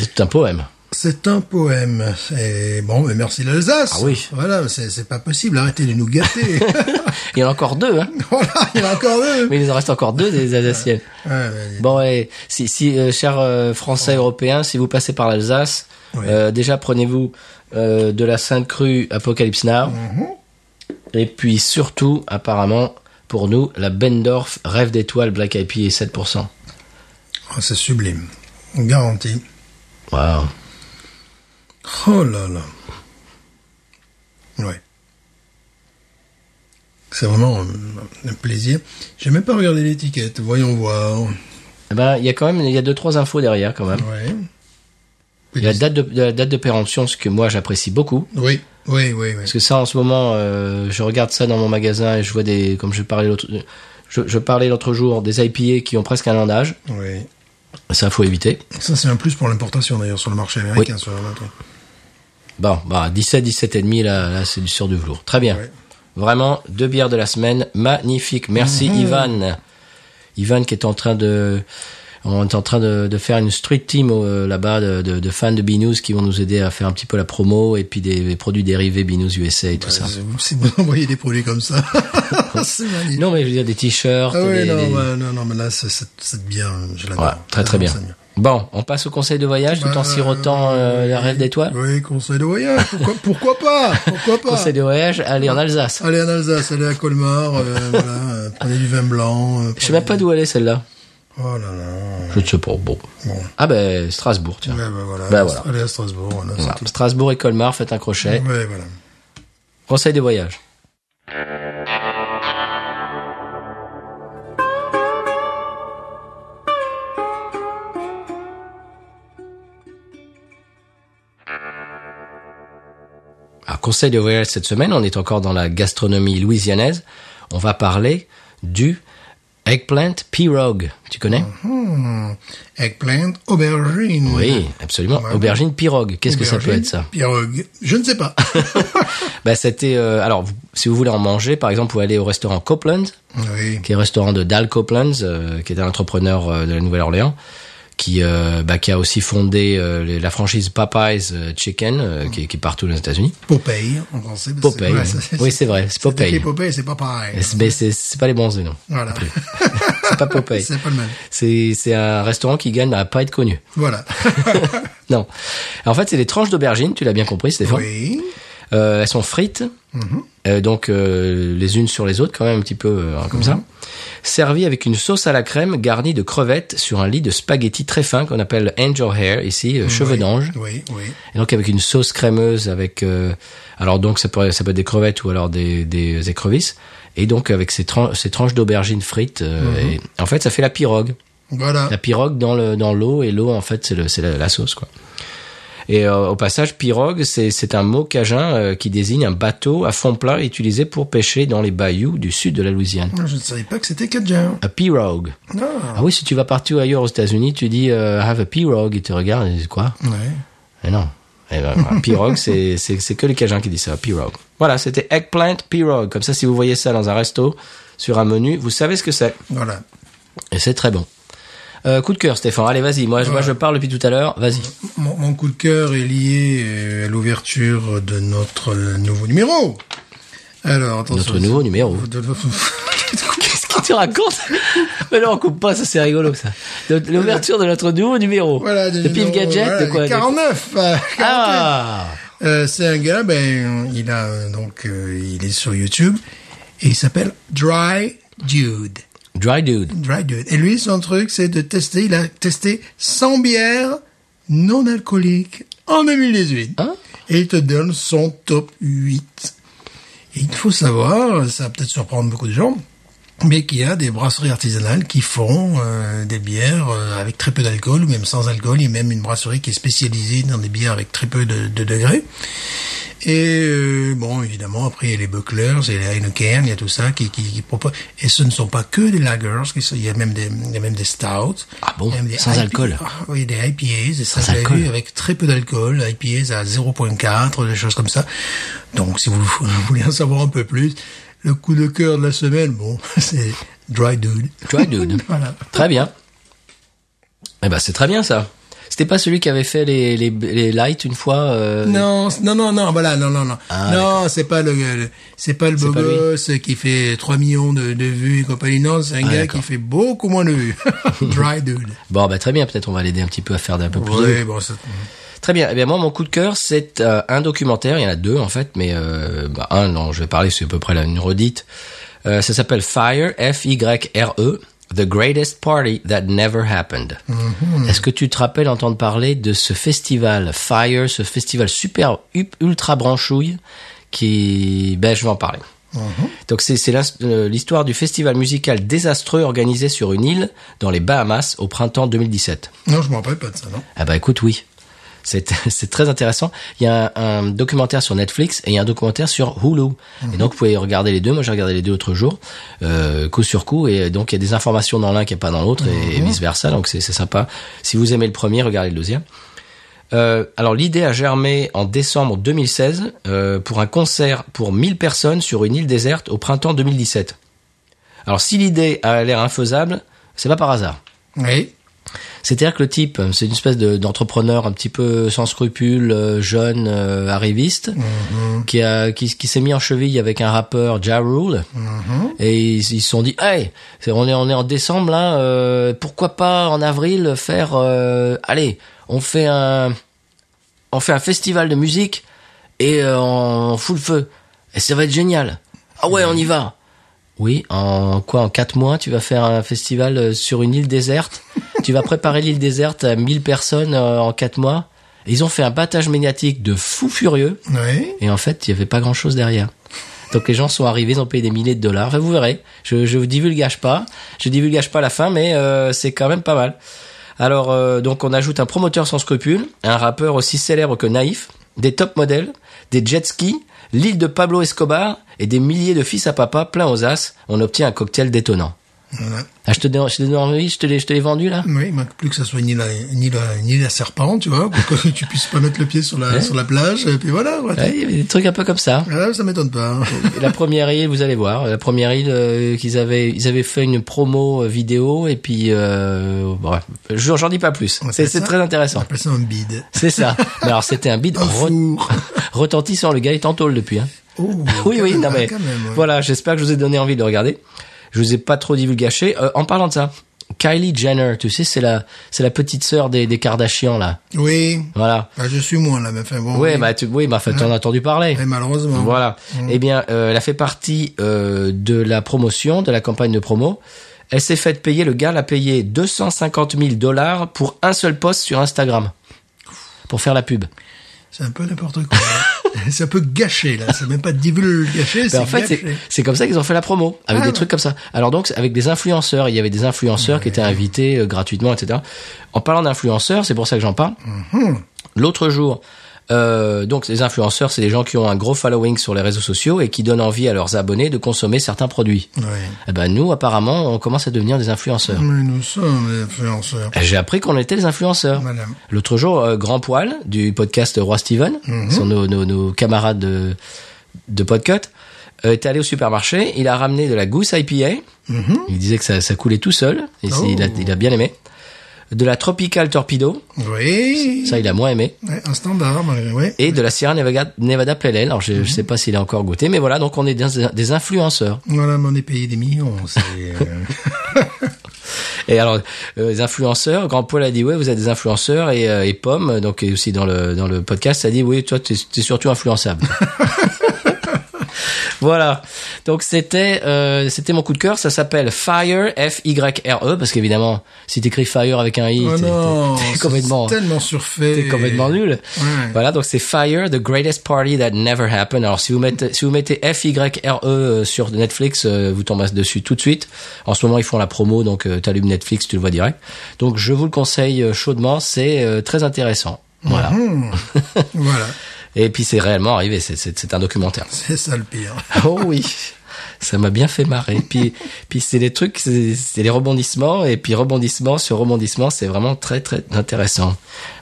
Speaker 1: C'est tout un poème.
Speaker 2: C'est un poème. Et bon, mais merci l'Alsace.
Speaker 1: Ah oui.
Speaker 2: Voilà, c'est c'est pas possible. Arrêtez de nous gâter.
Speaker 1: Il y en a encore deux, hein.
Speaker 2: voilà, il y en a encore deux.
Speaker 1: Mais il en reste encore deux des Alsaciennes.
Speaker 2: Ouais, mais-
Speaker 1: Bon, et si, si euh, chers euh, Français européens, si vous passez par l'Alsace,
Speaker 2: Oui.
Speaker 1: euh, déjà prenez-vous euh, de la Sainte Crue Apocalypse Now. Et puis surtout, apparemment, pour nous, la Bendorf Rêve d'étoiles Black IP est 7%.
Speaker 2: Oh, c'est sublime. Garanti.
Speaker 1: Waouh.
Speaker 2: Oh là là. Ouais. C'est vraiment euh, un plaisir. J'ai même pas regardé l'étiquette. Voyons voir.
Speaker 1: Eh ben, il y a quand même, il y a deux trois infos derrière quand même.
Speaker 2: Ouais.
Speaker 1: Il y a la date de, de la date de péremption, ce que moi j'apprécie beaucoup.
Speaker 2: Oui, oui, oui, oui.
Speaker 1: Parce que ça, en ce moment, euh, je regarde ça dans mon magasin et je vois des, comme je parlais l'autre, je, je parlais l'autre jour, des IPA qui ont presque un an d'âge.
Speaker 2: Oui.
Speaker 1: Ça, faut éviter.
Speaker 2: Ça, c'est un plus pour l'importation d'ailleurs sur le marché américain. Sur le marché.
Speaker 1: Bon, bah, 17, 17 et demi, là, là, c'est du sur du velours. Très bien.
Speaker 2: Ouais.
Speaker 1: Vraiment, deux bières de la semaine, magnifique. Merci,
Speaker 2: Mhm.
Speaker 1: Ivan. Ivan qui est en train de, on est en train de, de faire une street team euh, là-bas de, de- de fans de Binous qui vont nous aider à faire un petit peu la promo et puis des, des produits dérivés Binous USA et tout ça.
Speaker 2: Si vous- Si vous envoyez des produits comme ça, c'est magnifique.
Speaker 1: Non, mais je veux dire des t-shirts.
Speaker 2: ah oui,
Speaker 1: des-
Speaker 2: non,
Speaker 1: des-
Speaker 2: ouais, non, non, mais là, c'est- c'est c'est bien. Je l'adore.
Speaker 1: Ouais, très très bien.
Speaker 2: J'adore ça.
Speaker 1: Bon, on passe au conseil de voyage tout en
Speaker 2: Bah,
Speaker 1: sirotant euh, la
Speaker 2: oui,
Speaker 1: rêve d'étoile.
Speaker 2: Oui, conseil de voyage. Pourquoi, pourquoi pas Pourquoi pas
Speaker 1: Conseil de voyage, aller en Alsace.
Speaker 2: Allez en Alsace, allez à Colmar, euh, voilà, euh, prenez du vin blanc. euh,
Speaker 1: Je sais même pas
Speaker 2: prenez-
Speaker 1: d'où elle est celle-là.
Speaker 2: Oh là là.
Speaker 1: Je ne sais pas. Bon.
Speaker 2: Bon.
Speaker 1: Ah ben Strasbourg, tiens.
Speaker 2: Ouais, bah, voilà.
Speaker 1: Bah, voilà.
Speaker 2: Allez à Strasbourg, voilà,
Speaker 1: Voilà.
Speaker 2: c'est tout.
Speaker 1: Strasbourg et Colmar, faites un crochet.
Speaker 2: Ouais, voilà.
Speaker 1: Conseil de voyage. Alors, conseil de voyage cette semaine, on est encore dans la gastronomie louisianaise. On va parler du eggplant pirogue. Tu connais
Speaker 2: Hmm. Eggplant, aubergine.
Speaker 1: Oui, absolument.
Speaker 2: Ouais.
Speaker 1: Aubergine pirogue. Qu'est-ce que ça peut
Speaker 2: Aubergine,
Speaker 1: être ça
Speaker 2: Pirogue. Je ne sais pas.
Speaker 1: Bah, c'était. euh, alors, vous- si vous voulez en manger, par exemple, vous pouvez aller au restaurant Copeland,
Speaker 2: oui.
Speaker 1: qui est le restaurant de Dal Copeland, euh, qui est un entrepreneur euh, de la Nouvelle-Orléans, qui, euh, bah, qui a aussi fondé euh, les- la franchise Popeyes euh, Chicken, euh,
Speaker 2: Mm.
Speaker 1: qui, est- qui est partout aux États-unis.
Speaker 2: Popeye, en français. parce que-
Speaker 1: Popeye.
Speaker 2: ouais,
Speaker 1: oui.
Speaker 2: ça, c'est-
Speaker 1: oui, c'est vrai, c'est
Speaker 2: c'est
Speaker 1: Popeye.
Speaker 2: écrit Popeye, c'est pas pareil.
Speaker 1: Mais c'est- mais c'est c'est pas les bons noms.
Speaker 2: Voilà.
Speaker 1: C'est pas Popeye.
Speaker 2: c'est pas le même.
Speaker 1: C'est c'est un restaurant qui gagne à pas être connu.
Speaker 2: Voilà.
Speaker 1: Non. En fait, c'est des tranches d'aubergine, tu l'as bien compris, Stéphane.
Speaker 2: oui.
Speaker 1: Euh, elles sont frites, Euh, donc euh, les unes sur les autres, quand même un petit peu euh, comme ça. Servies avec une sauce à la crème garnie de crevettes sur un lit de spaghettis très fin qu'on appelle angel hair ici, euh, cheveux d'ange.
Speaker 2: Oui, oui.
Speaker 1: Et donc avec une sauce crémeuse avec, euh, alors donc ça peut ça peut être des crevettes ou alors des, des écrevisses. Et donc avec ces, tran- ces tranches d'aubergine frites, euh, et- en fait ça fait la pirogue
Speaker 2: Voilà.
Speaker 1: la pirogue dans le dans l'eau et l'eau en fait c'est le c'est la, la sauce quoi. Et euh, au passage, pirogue, c'est c'est un mot cajun euh, qui désigne un bateau à fond plat utilisé pour pêcher dans les bayous du sud de la Louisiane.
Speaker 2: Je ne savais pas que c'était Cajun.
Speaker 1: A pirogue.
Speaker 2: Ah.
Speaker 1: Ah oui, si tu vas partout ailleurs aux États-Unis, tu dis euh, have a pirogue, ils te regardent et ils disent quoi
Speaker 2: Ouais.
Speaker 1: Eh non. Eh ben, un pirogue, c'est c'est c'est que les cajuns qui disent ça, pirogue. Voilà, c'était eggplant pirogue. Comme ça, si vous voyez ça dans un resto, sur un menu, vous savez ce que c'est.
Speaker 2: Voilà.
Speaker 1: Et c'est très bon. Euh, coup de cœur, Stéphane. Allez, vas-y. Moi, je- moi, je parle depuis tout à l'heure. Vas-y.
Speaker 2: Mon, mon coup de cœur est lié euh, à l'ouverture de notre euh, nouveau numéro. Alors, attention.
Speaker 1: Notre nouveau numéro.
Speaker 2: De- de-
Speaker 1: Qu'est-ce qu'il te raconte Mais non, on coupe pas, ça c'est rigolo ça. De- L'ouverture de notre nouveau numéro.
Speaker 2: Voilà,
Speaker 1: de Pif
Speaker 2: numéro,
Speaker 1: Gadget,
Speaker 2: voilà,
Speaker 1: de quoi de-
Speaker 2: 49 euh, 49.
Speaker 1: Ah
Speaker 2: Euh, C'est un gars, ben, il a euh, donc, euh, il est sur YouTube et il s'appelle Dry Dude.
Speaker 1: Dry Dude.
Speaker 2: Dry Dude. Et lui, son truc, c'est de tester, il a testé 100 bières non alcooliques en 2018.
Speaker 1: Hein
Speaker 2: et il te donne son top 8. Et il faut savoir, ça va peut-être surprendre beaucoup de gens, mais qu'il y a des brasseries artisanales qui font euh, des bières euh, avec très peu d'alcool, ou même sans alcool. Il y a même une brasserie qui est spécialisée dans des bières avec très peu de, de degrés. Et euh, bon, évidemment, après, il y a les Bucklers, il y a les Heineken, il y a tout ça qui, qui, qui proposent. Et ce ne sont pas que des lagers, qui sont- il y a même des, il y a même des stouts.
Speaker 1: Ah bon,
Speaker 2: il y a même des
Speaker 1: sans
Speaker 2: IPA,
Speaker 1: alcool.
Speaker 2: Ah, Oui, des IPAs, des
Speaker 1: Sans
Speaker 2: j'avais
Speaker 1: alcool.
Speaker 2: vu avec très peu d'alcool, IPAs à 0.4, des choses comme ça. Donc, si vous voulez en savoir un peu plus, le coup de cœur de la semaine, bon, c'est Dry Dude.
Speaker 1: Dry Dude.
Speaker 2: Voilà.
Speaker 1: Très bien. Eh ben, c'est très bien ça. C'était pas celui qui avait fait les, les, les lights une fois. euh,
Speaker 2: Non, c- non, non, non, voilà, non, non, non.
Speaker 1: Ah,
Speaker 2: non, c'est pas le, le- c'est pas le beau
Speaker 1: pas lui.
Speaker 2: gosse qui fait 3 millions de, de vues et compagnie. Non, c'est un gars
Speaker 1: Ah, d'accord.
Speaker 2: qui fait beaucoup moins de vues. Dry Dude.
Speaker 1: Bon, bah très bien. Peut-être on va l'aider un petit peu à faire un peu plus. de-
Speaker 2: Ouais, bon, ça-
Speaker 1: Très bien. Eh bien, moi, mon coup de cœur, c'est euh, un documentaire. Il y en a deux, en fait, mais euh, bah, un dont je vais parler, c'est à peu près la- une redite. Euh, ça s'appelle Fire, F-Y-R-E, E, The Greatest Party That Never Happened. Est-ce que tu te rappelles entendre parler de ce festival Fire, ce festival super up- ultra branchouille qui... Ben, je vais en parler. Donc c'est c'est l'ins- euh, l'histoire du festival musical désastreux organisé sur une île dans les Bahamas au printemps 2017.
Speaker 2: non, je m'en rappelle pas de ça, non.
Speaker 1: Ah bah écoute, oui. C'est c'est très intéressant. Il y a un, un documentaire sur Netflix et il y a un documentaire sur Hulu. Et donc vous pouvez regarder les deux. Moi j'ai regardé les deux l'autre jour, euh, coup sur coup. Et donc il y a des informations dans l'un qui est pas dans l'autre et, vice versa. Donc c'est c'est sympa. Si vous aimez le premier, regardez le deuxième. Euh, alors l'idée a germé en décembre 2016 euh, pour un concert pour 1000 personnes sur une île déserte au printemps 2017. Alors si l'idée a l'air infaisable, c'est pas par hasard.
Speaker 2: Oui.
Speaker 1: C'est-à-dire que le type, euh, c'est une espèce de- d'entrepreneur un petit peu sans scrupules, euh, jeune, euh, arriviste, qui, a- qui, qui s'est mis en cheville avec un rappeur, Ja Rule, et ils ils se sont dit, hey, c'est- on est, on est en décembre là, euh, pourquoi pas en avril faire, euh, allez, on fait un, on fait un festival de musique et euh, on fout le feu, et ça va être génial. Ah ouais, on y va. Oui, en quoi En 4 mois, tu vas faire un festival euh, sur une île déserte Tu vas préparer l'île déserte à 1000 personnes euh, en 4 mois Ils ont fait un battage médiatique de fou furieux,
Speaker 2: Oui.
Speaker 1: et en fait, il n'y avait pas grand-chose derrière. Donc les gens sont arrivés, ils ont payé des milliers de dollars. Enfin, vous verrez, je je vous divulgage pas, je divulgage pas la fin, mais euh, c'est quand même pas mal. Alors, euh, donc on ajoute un promoteur sans scrupules, un rappeur aussi célèbre que naïf, des top modèles, des jet skis, l'île de Pablo Escobar et des milliers de fils à papa plein aux as. On obtient un cocktail détonnant.
Speaker 2: Voilà.
Speaker 1: Ah, je te donne, je te donne envie, je te l'ai, je te l'ai vendu là
Speaker 2: Oui, il manque plus que ça soit ni la, ni la, ni la serpent, tu vois, pour que tu puisses pas mettre le pied sur la, sur la plage, et puis voilà, quoi.
Speaker 1: Ouais, il y avait des trucs un peu comme ça.
Speaker 2: Ah, ça m'étonne pas. hein.
Speaker 1: la première île, vous allez voir, la première île euh, qu'ils avaient, ils avaient fait une promo euh, vidéo et puis, euh, bref, je- j'en dis pas plus.
Speaker 2: On
Speaker 1: C'est
Speaker 2: appelle
Speaker 1: c'est
Speaker 2: ça
Speaker 1: très
Speaker 2: On
Speaker 1: intéressant.
Speaker 2: appelle ça un bide.
Speaker 1: C'est ça. Mais alors c'était un bide
Speaker 2: Un
Speaker 1: re-
Speaker 2: four.
Speaker 1: retentissant. Le gars est en tôle depuis. Hein.
Speaker 2: Oh,
Speaker 1: Oui,
Speaker 2: quand
Speaker 1: oui,
Speaker 2: même,
Speaker 1: non mais
Speaker 2: quand même, ouais.
Speaker 1: voilà. J'espère que je vous ai donné envie de le regarder. Je vous ai pas trop divulgaché. Euh, en parlant de ça, Kylie Jenner, tu sais, c'est la, c'est la petite sœur des, des Kardashians là.
Speaker 2: Oui.
Speaker 1: Voilà.
Speaker 2: Bah, je suis moins là, mais enfin bon.
Speaker 1: Ouais,
Speaker 2: oui.
Speaker 1: bah tu, oui, bah enfin, t'en as entendu parler.
Speaker 2: Et malheureusement.
Speaker 1: Voilà.
Speaker 2: Mm.
Speaker 1: Eh bien, euh, elle a fait partie euh, de la promotion, de la campagne de promo. Elle s'est faite payer, le gars l'a payé 250 000 dollars pour un seul post sur Instagram. Pour faire la pub.
Speaker 2: C'est un peu n'importe quoi. c'est un peu gâché, là. C'est même pas divulgué gâché, c'est
Speaker 1: Ben, en fait, c'est-
Speaker 2: gâché.
Speaker 1: c'est comme ça qu'ils ont fait la promo, avec
Speaker 2: Ah,
Speaker 1: des
Speaker 2: ouais.
Speaker 1: trucs comme ça. Alors donc, c'est avec des influenceurs, il y avait des influenceurs qui étaient invités euh, gratuitement, etc. En parlant d'influenceurs, c'est pour ça que j'en parle.
Speaker 2: Mm-hmm.
Speaker 1: L'autre jour, euh, donc les influenceurs, c'est des gens qui ont un gros following sur les réseaux sociaux et qui donnent envie à leurs abonnés de consommer certains produits.
Speaker 2: Ouais.
Speaker 1: Eh ben nous, apparemment, on commence à devenir des influenceurs.
Speaker 2: Mais nous sommes des influenceurs.
Speaker 1: J'ai appris qu'on était des influenceurs.
Speaker 2: Voilà.
Speaker 1: L'autre jour, euh, Grand Poil du podcast Roi Steven, qui sont nos, nos, nos camarades de, de podcast, euh, est allé au supermarché. Il a ramené de la gousse IPA. Il disait que ça, ça coulait tout seul. Et c'est- il, a,
Speaker 2: Oh.
Speaker 1: il a bien aimé. De la Tropical Torpedo.
Speaker 2: Oui.
Speaker 1: Ça, il a moins aimé.
Speaker 2: Ouais, un standard, malgré, ouais.
Speaker 1: Et de la Sierra Nevada, Nevada Pale Ale. Alors, je, je sais pas s'il a encore goûté, mais voilà. Donc, on est des, des influenceurs.
Speaker 2: Voilà, mais on est payé des millions, c'est... euh,
Speaker 1: Et alors, euh, les influenceurs, Grand Paul a dit, ouais, vous êtes des influenceurs, et, euh, et Pomme, donc qui est aussi dans le, dans le podcast, a dit, oui, toi, t'es es surtout influençable. voilà. Donc, c'était euh, c'était mon coup de cœur. Ça s'appelle Fire, F-Y-R-E, E, parce qu'évidemment, si t'écris Fire avec un I,
Speaker 2: Oh
Speaker 1: t'es-
Speaker 2: non,
Speaker 1: t'es- t'es
Speaker 2: c'est
Speaker 1: complètement...
Speaker 2: tellement surfait.
Speaker 1: T'es complètement nul.
Speaker 2: Ouais.
Speaker 1: Voilà, donc c'est Fire, the greatest party that never happened. Alors si vous mettez si vous mettez F Y R E euh, sur Netflix, euh, vous tombez dessus tout de suite. En ce moment, ils font la promo, donc euh, t'allumes Netflix, tu le vois direct. Donc je vous le conseille euh, chaudement, c'est euh, très intéressant. Voilà.
Speaker 2: Hmm. voilà,
Speaker 1: Et puis c'est réellement arrivé, c'est- c'est c'est un documentaire.
Speaker 2: c'est ça le pire.
Speaker 1: Oh oui, ça m'a bien fait marrer. Puis, puis c'est des trucs, c'est c'est les rebondissements, et puis rebondissement sur rebondissement, c'est vraiment très très intéressant.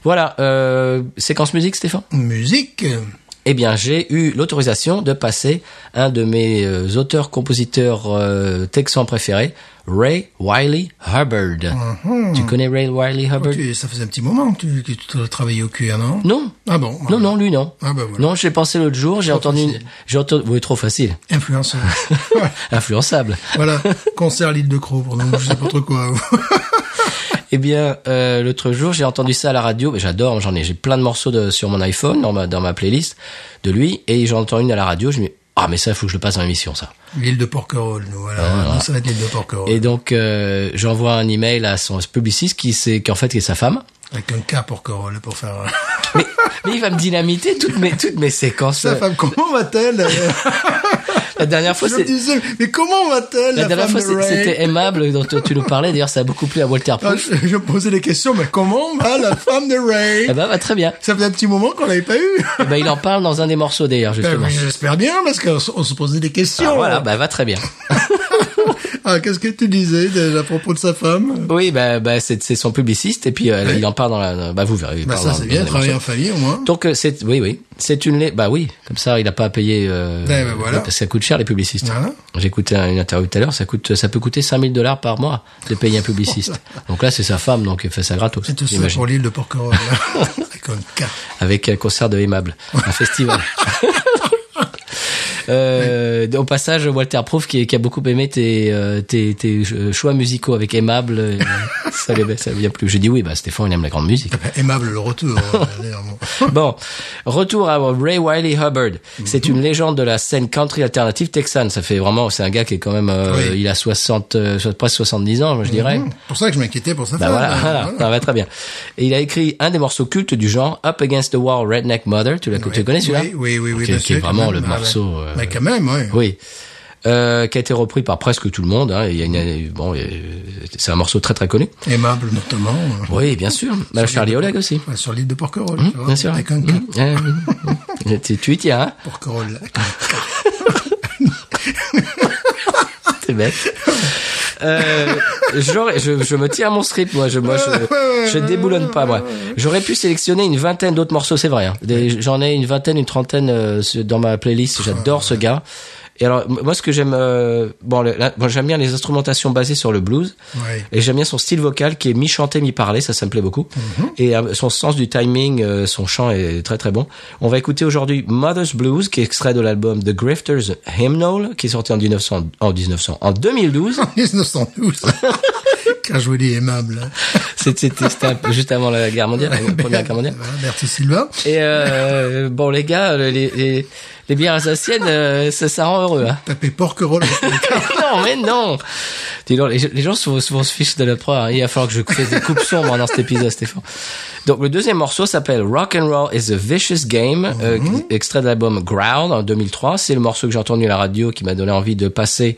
Speaker 1: Voilà, euh, séquence musique, Stéphane
Speaker 2: Musique.
Speaker 1: eh bien, j'ai eu l'autorisation de passer un de mes euh, auteurs-compositeurs euh, texans préférés, Ray Wiley Hubbard.
Speaker 2: Hmm.
Speaker 1: Tu connais Ray Wiley Hubbard
Speaker 2: uh-huh. Tu- ça faisait un petit moment que tu, que tu travaillais au cuir, non
Speaker 1: Non.
Speaker 2: Ah bon
Speaker 1: Non, non, lui, non.
Speaker 2: Ah bah voilà.
Speaker 1: Non, j'ai pensé l'autre jour, j'ai entendu, une- j'ai entendu, oui, trop facile,
Speaker 2: Influenceur.
Speaker 1: influençable.
Speaker 2: voilà, concert à l'île de Cro, pour nous, je sais pas trop quoi.
Speaker 1: Eh bien, euh, l'autre jour, j'ai entendu ça à la radio. mais J'adore, j'en ai, j'ai plein de morceaux de, sur mon iPhone, dans ma, dans ma playlist de lui, et j'entends une à la radio. Je me dis, ah, mais ça, il faut que je le passe dans l'émission, ça.
Speaker 2: l'île de Porquerolles, nous, voilà. Nous, ça va être l'île de Porquerolles.
Speaker 1: Ah, Et donc, euh, j'envoie un email à son publiciste qui c'est qu'en fait, qui est sa femme.
Speaker 2: Avec un K Porquerolles pour faire... euh,
Speaker 1: Mais, mais il va me dynamiter toutes mes, toutes mes séquences.
Speaker 2: Sa femme, comment va-t-elle euh,
Speaker 1: La dernière fois,
Speaker 2: Je me
Speaker 1: c'est,
Speaker 2: disais, mais comment va-t-elle
Speaker 1: la
Speaker 2: La,
Speaker 1: dernière fois,
Speaker 2: femme de
Speaker 1: c'est-
Speaker 2: Ray
Speaker 1: c'était aimable dont toi, tu nous parlais. D'ailleurs, ça a beaucoup plu à Walter
Speaker 2: Ah,
Speaker 1: Proof.
Speaker 2: je, je me posais des questions, mais comment va la femme de Ray
Speaker 1: Eh ben, bah, très bien.
Speaker 2: Ça faisait un petit moment qu'on l'avait pas eu.
Speaker 1: Eh ben, il en parle dans un des morceaux, d'ailleurs,
Speaker 2: Ben,
Speaker 1: justement.
Speaker 2: mais J'espère bien, parce qu'on s- on se posait des questions.
Speaker 1: Ah, voilà, bah, va très bien.
Speaker 2: Ah, qu'est-ce que tu disais de- à propos de sa femme
Speaker 1: Oui, bah, bah c'est c'est son publiciste et puis euh, il en parle dans la. Bah vous verrez. il
Speaker 2: Bah
Speaker 1: parle
Speaker 2: ça,
Speaker 1: dans-
Speaker 2: c'est
Speaker 1: dans
Speaker 2: bien,
Speaker 1: les
Speaker 2: travailler en
Speaker 1: morceaux.
Speaker 2: famille, au moins.
Speaker 1: Donc euh, c'est oui oui c'est une lettre bah oui comme ça il n'a pas à payer euh,
Speaker 2: Eh ben, voilà.
Speaker 1: parce que ça coûte cher les publicistes
Speaker 2: Voilà.
Speaker 1: j'écoutais un- une interview tout à l'heure ça coûte ça peut coûter 5000 dollars par mois de payer un publiciste donc là c'est sa femme donc elle fait ça gratos
Speaker 2: C'est tout ça
Speaker 1: j'imagine.
Speaker 2: pour l'île de Porquerolles. Avec un K.
Speaker 1: avec un concert de aimable un festival Euh, Au passage, Walter Proof qui, qui a beaucoup aimé tes, euh, tes, tes euh, choix musicaux avec aimable, euh, ça lui ça lui a plu. J'ai dit oui, bah Stéphane il aime la grande musique.
Speaker 2: Ben, Aimable le retour. euh, d'ailleurs, bon.
Speaker 1: Bon, retour à Ray Wiley Hubbard. C'est une légende de la scène country alternative texane. Ça fait vraiment, c'est un gars qui est quand même, euh,
Speaker 2: Oui.
Speaker 1: il a 60, euh, soit presque 70 ans, je dirais.
Speaker 2: C'est pour ça que je m'inquiétais pour sa
Speaker 1: Bah
Speaker 2: femme.
Speaker 1: voilà,
Speaker 2: euh,
Speaker 1: voilà,
Speaker 2: voilà.
Speaker 1: ça va très bien. Et il a écrit un des morceaux cultes du genre, Up Against the Wall, Redneck Mother. Tu, l'as, tu
Speaker 2: Oui,
Speaker 1: connais celui-là
Speaker 2: Oui, oui, oui. oui
Speaker 1: Qui-
Speaker 2: bien
Speaker 1: qui est
Speaker 2: sûr, quand
Speaker 1: vraiment
Speaker 2: même.
Speaker 1: le
Speaker 2: Ah, ouais.
Speaker 1: morceau, euh,
Speaker 2: Mais quand même, ouais.
Speaker 1: Oui. Euh, qui a été repris par presque tout le monde. hein. Il y a une- bon, il y a- c'est un morceau très très connu.
Speaker 2: Aimable, notamment. euh,
Speaker 1: Oui, bien sûr. Bah, Charlie Oleg aussi.
Speaker 2: ouais, Sur l'île de Porquerolles. tu vois,
Speaker 1: Bien sûr.
Speaker 2: Avec un K.
Speaker 1: Mmh. Euh, mmh. tu, tu y tiens, hein
Speaker 2: Porquerolles. avec un K.
Speaker 1: C'est bête. Euh, j'aurais- je, je me tiens à mon strip, moi. Je, moi, je, je déboulonne pas, moi. J'aurais pu sélectionner une vingtaine d'autres morceaux, c'est vrai. hein. Des- J'en ai une vingtaine, une trentaine euh, ce- dans ma playlist. J'adore ce gars. Et alors, m- moi, ce que j'aime, euh, bon, le- la- moi, j'aime bien les instrumentations basées sur le blues.
Speaker 2: Ouais.
Speaker 1: Et j'aime bien son style vocal qui est mi-chanté, mi-parlé, ça, ça me plaît beaucoup. Et euh, son sens du timing, euh, son chant est très très bon. On va écouter aujourd'hui Mother's Blues, qui est extrait de l'album The Grifters Hymnal, qui est sorti en 1900, en 1900, en 2012.
Speaker 2: 1912. Quand je vous dis aimable. hein.
Speaker 1: C'était- C'était c'était un peu juste avant la guerre mondiale, la première guerre mondiale.
Speaker 2: Voilà, Berthe Silva.
Speaker 1: Et euh, bon, les gars, les, les, les bières alsaciennes, euh, ça, ça rend heureux, hein.
Speaker 2: Tapez Porquerolles.
Speaker 1: non, mais non Dis donc, les, les gens souvent, souvent se fichent de la preuve. hein. Il va falloir que je fasse des coupes sombres dans cet épisode, Stéphane. Donc, le deuxième morceau s'appelle Rock and Roll is a Vicious Game, euh, extrait de l'album Ground en 2003. C'est le morceau que j'ai entendu à la radio qui m'a donné envie de passer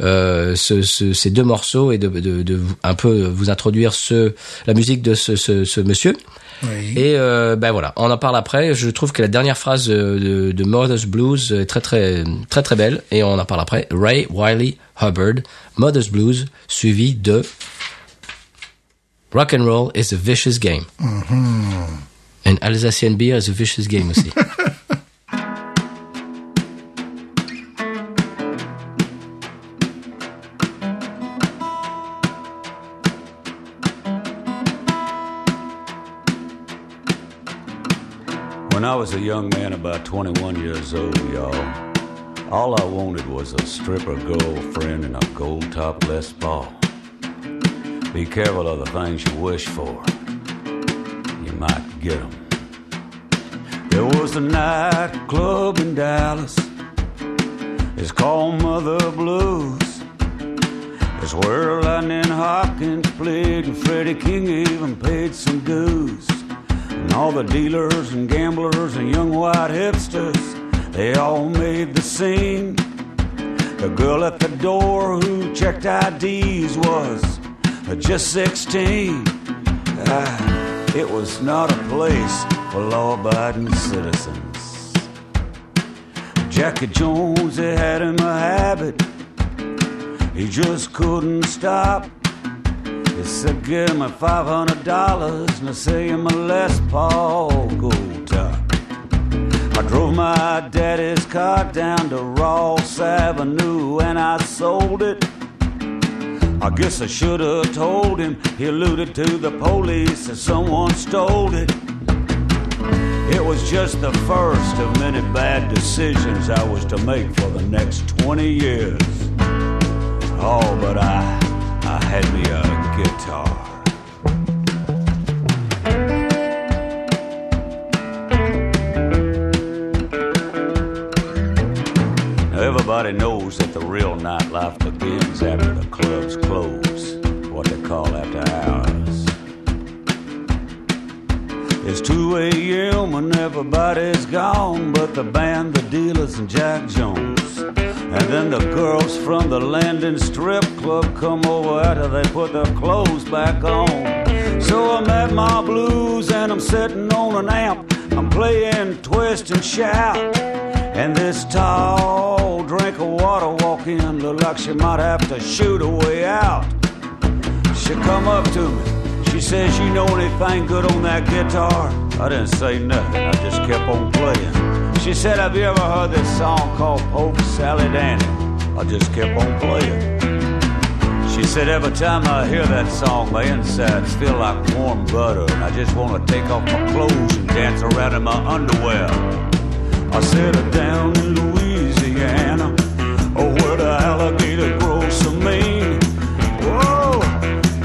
Speaker 1: euh, ce- ce- ces deux morceaux et de, de- de vous- un peu vous introduire ce, la musique de ce, ce- ce monsieur.
Speaker 2: oui.
Speaker 1: Et euh, ben voilà, on en parle après. Je trouve que la dernière phrase euh, de, de Mother's Blues est très très très très belle et on en parle après. Ray Wiley Hubbard, Mother's Blues, suivi de Rock and Roll is a vicious game. And Alsacian beer is a vicious game aussi.
Speaker 4: When I was a young man, about 21 years old, y'all, all I wanted was a stripper girlfriend and a gold top Les Paul. Be careful of the things you wish for. You might get 'em. There was a nightclub in Dallas. It's called Mother Blues. It's where Lightning Hawkins played and Freddie King even paid some dues. And all the dealers and gamblers and young white hipsters, they all made the scene. The girl at the door who checked IDs was just 16. Ah, it was not a place for law abiding citizens. Jackie Jones, they had him a habit he just couldn't stop. He said, Give me five hundred dollars and I will sell you my Les Paul gold top. I drove my daddy's car down to Ross Avenue and I sold it. I guess I should have told him. He alluded to the police that someone stole it. It was just the first of many bad decisions I was to make for the next 20 years. Oh, but I, I had me a guitar. Now, Everybody knows that the real nightlife begins after the clubs close, what they call after hours. It's 2 a.m. and everybody's gone but the band, the dealers, and Jack Jones. And then the girls from the Landon Strip Club come over after they put their clothes back on. So I'm at my blues and I'm sitting on an amp. I'm playing twist and shout. And this tall drink of water walk in look like she might have to shoot a way out. She come up to me. She says, "You know anything good on that guitar?" I didn't say nothing. I just kept on playing. She said, "Have you ever heard this song called Pope Sally Danny?" I just kept on playing. She said, "Every time I hear that song, my insides feel like warm butter, and I just want to take off my clothes and dance around in my underwear." I settled down in Louisiana, oh where the alligator grows so mean. Whoa!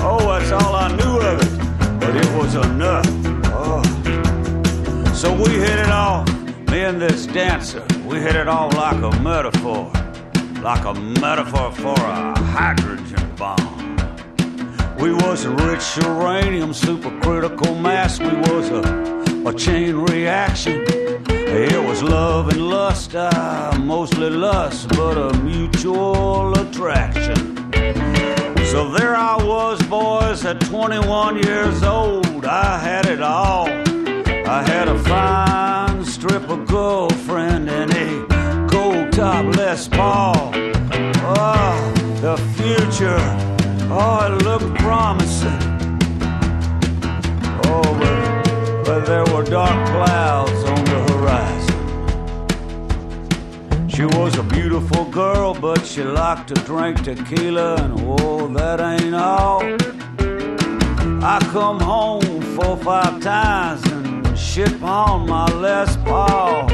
Speaker 4: Oh, that's all I knew of it, but it was enough. Oh. So we hit it off, me and this dancer. We hit it off like a metaphor, like a metaphor for a hydrogen bomb. We was a rich uranium supercritical mass. We was a, a chain reaction. It was love and lust, uh, mostly lust, but a mutual attraction. So there I was, boys, at 21 years old. I had it all. I had a fine stripper girlfriend and a gold top Les Paul. Oh, the future. Oh, it looked promising. Oh, but, but there were dark clouds on the horizon. She was a beautiful girl, but she liked to drink tequila, and oh, that ain't all. I come home four or five times and ship on my Les Paul.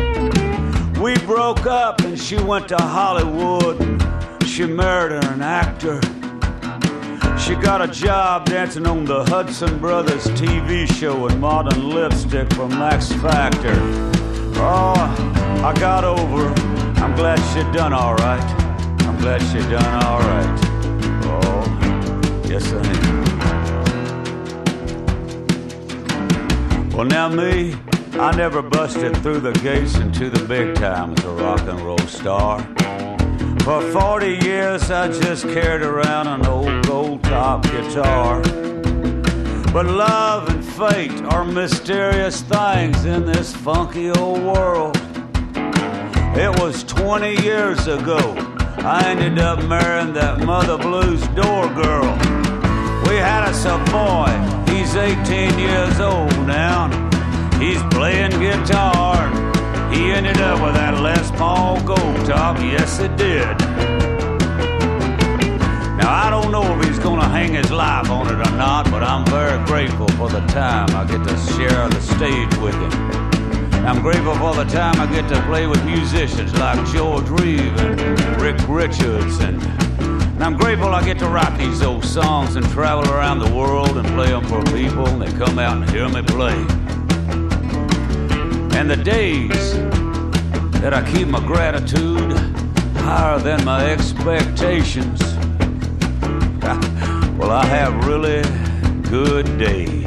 Speaker 4: We broke up and she went to Hollywood. She married an actor. She got a job dancing on the Hudson Brothers TV show in modern lipstick from Max Factor. Oh, I got over her. I'm glad she done alright. I'm glad she done alright. Oh, yes I am. Well now me, I never busted through the gates into the big time as a rock and roll star. For 40 years I just carried around an old gold top guitar. But love and fate are mysterious things in this funky old world. It was 20 years ago I ended up marrying that mother blues door girl. We had us a boy, he's 18 years old now. He's playing guitar. He ended up with that Les Paul gold top, yes it did. Now I don't know if he's gonna hang his life on it or not, but I'm very grateful for the time I get to share the stage with him. I'm grateful for the time I get to play with musicians like George Reeve and Rick Richards and, and I'm grateful I get to write these old songs and travel around the world and play them for people and they come out and hear me play. And the days that I keep my gratitude higher than my expectations. Well, I have really good days.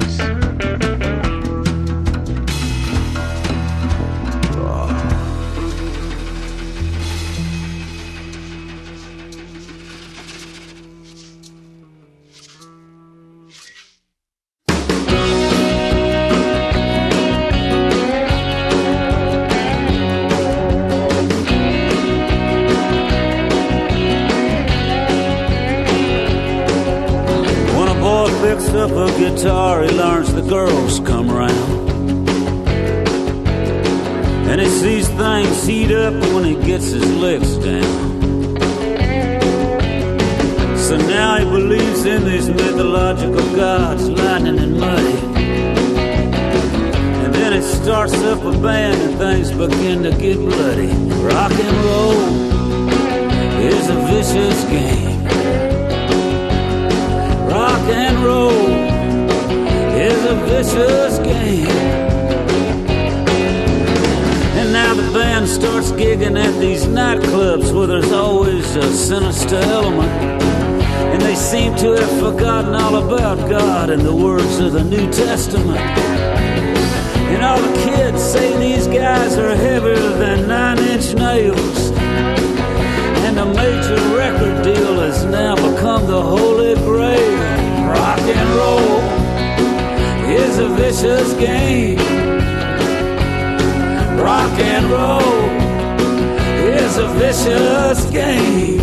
Speaker 4: When a boy picks up a guitar, he learns the girls come around. And he sees things heat up when he gets his licks down. So now he believes in these mythological gods, lightning and muddy. And then it starts up a band and things begin to get bloody. Rock and roll is a vicious game. Rock and roll is a vicious game. And now the band starts gigging at these nightclubs where there's always a sinister element. And they seem to have forgotten all about God and the words of the New Testament. And all the kids say these guys are heavier than nine inch nails. And the major record deal has now become the holy grail. Rock and roll is a vicious game. Rock and roll is a vicious game.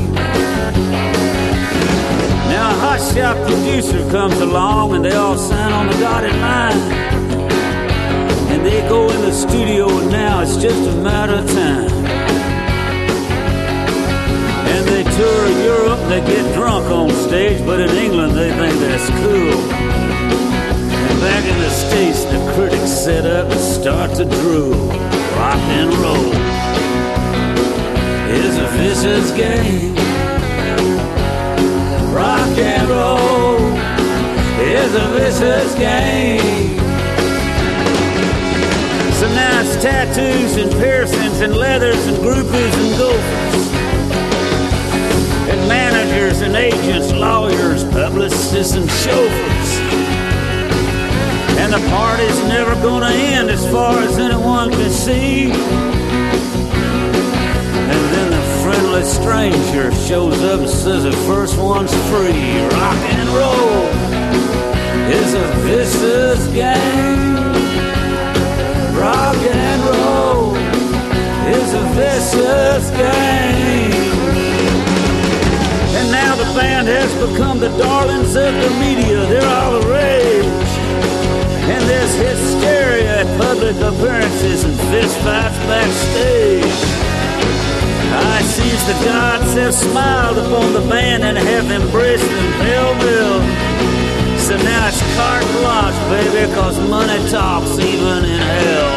Speaker 4: Now a hot shot producer comes along and they all sign on the dotted line. And they go in the studio and now it's just a matter of time. And they tour Europe, they get drunk on stage, but in England they think that's cool. And back in the States, the critics set up and start to drool. Rock and roll is a vicious game. Rock and roll is a vicious game. So now it's tattoos and piercings and leathers and groupies and gophers. And managers and agents, lawyers, publicists and chauffeurs. And the party's never gonna end as far as anyone can see. And then the friendly stranger shows up and says the first one's free. Rock and roll is a vicious game. Rock and roll is a vicious game. And now the band has become the darlings of the media. They're all the rage. And there's hysteria at public appearances and fistfights backstage. I sees the gods have smiled upon the band and have embraced them pell mell. So now it's carte blanche, baby, cause money talks even in hell.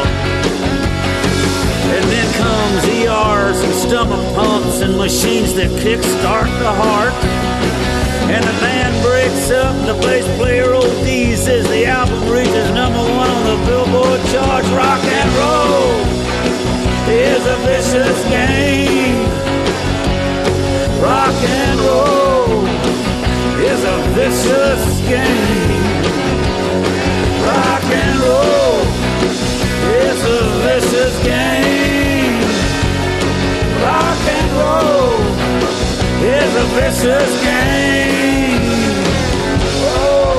Speaker 4: And then comes ERs and stomach pumps and machines that kickstart the heart. And the band breaks up, and the bass player OD says the album reaches number one on the Billboard charts. Rock and roll is a vicious game. Rock and roll is a vicious game. Rock and roll is a vicious game. Rock and roll is a vicious game. Oh.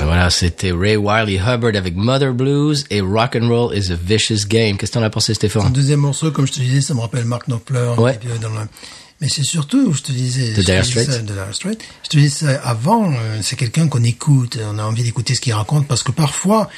Speaker 1: Et Voilà, c'était Ray Wiley Hubbard avec Mother Blues et Rock and Roll is a Vicious Game. Qu'est-ce que t'en as pensé,
Speaker 2: Le
Speaker 1: Stéphane
Speaker 2: deuxième morceau, comme je te disais, ça me rappelle Mark Knopfler.
Speaker 1: Ouais.
Speaker 2: qui vient dans le- Mais c'est surtout, je te disais, je te
Speaker 1: Dire
Speaker 2: dis ça-
Speaker 1: Straits.
Speaker 2: de Dire Straits. Je te disais ça avant, euh, c'est quelqu'un qu'on écoute, on a envie d'écouter ce qu'il raconte, parce que parfois,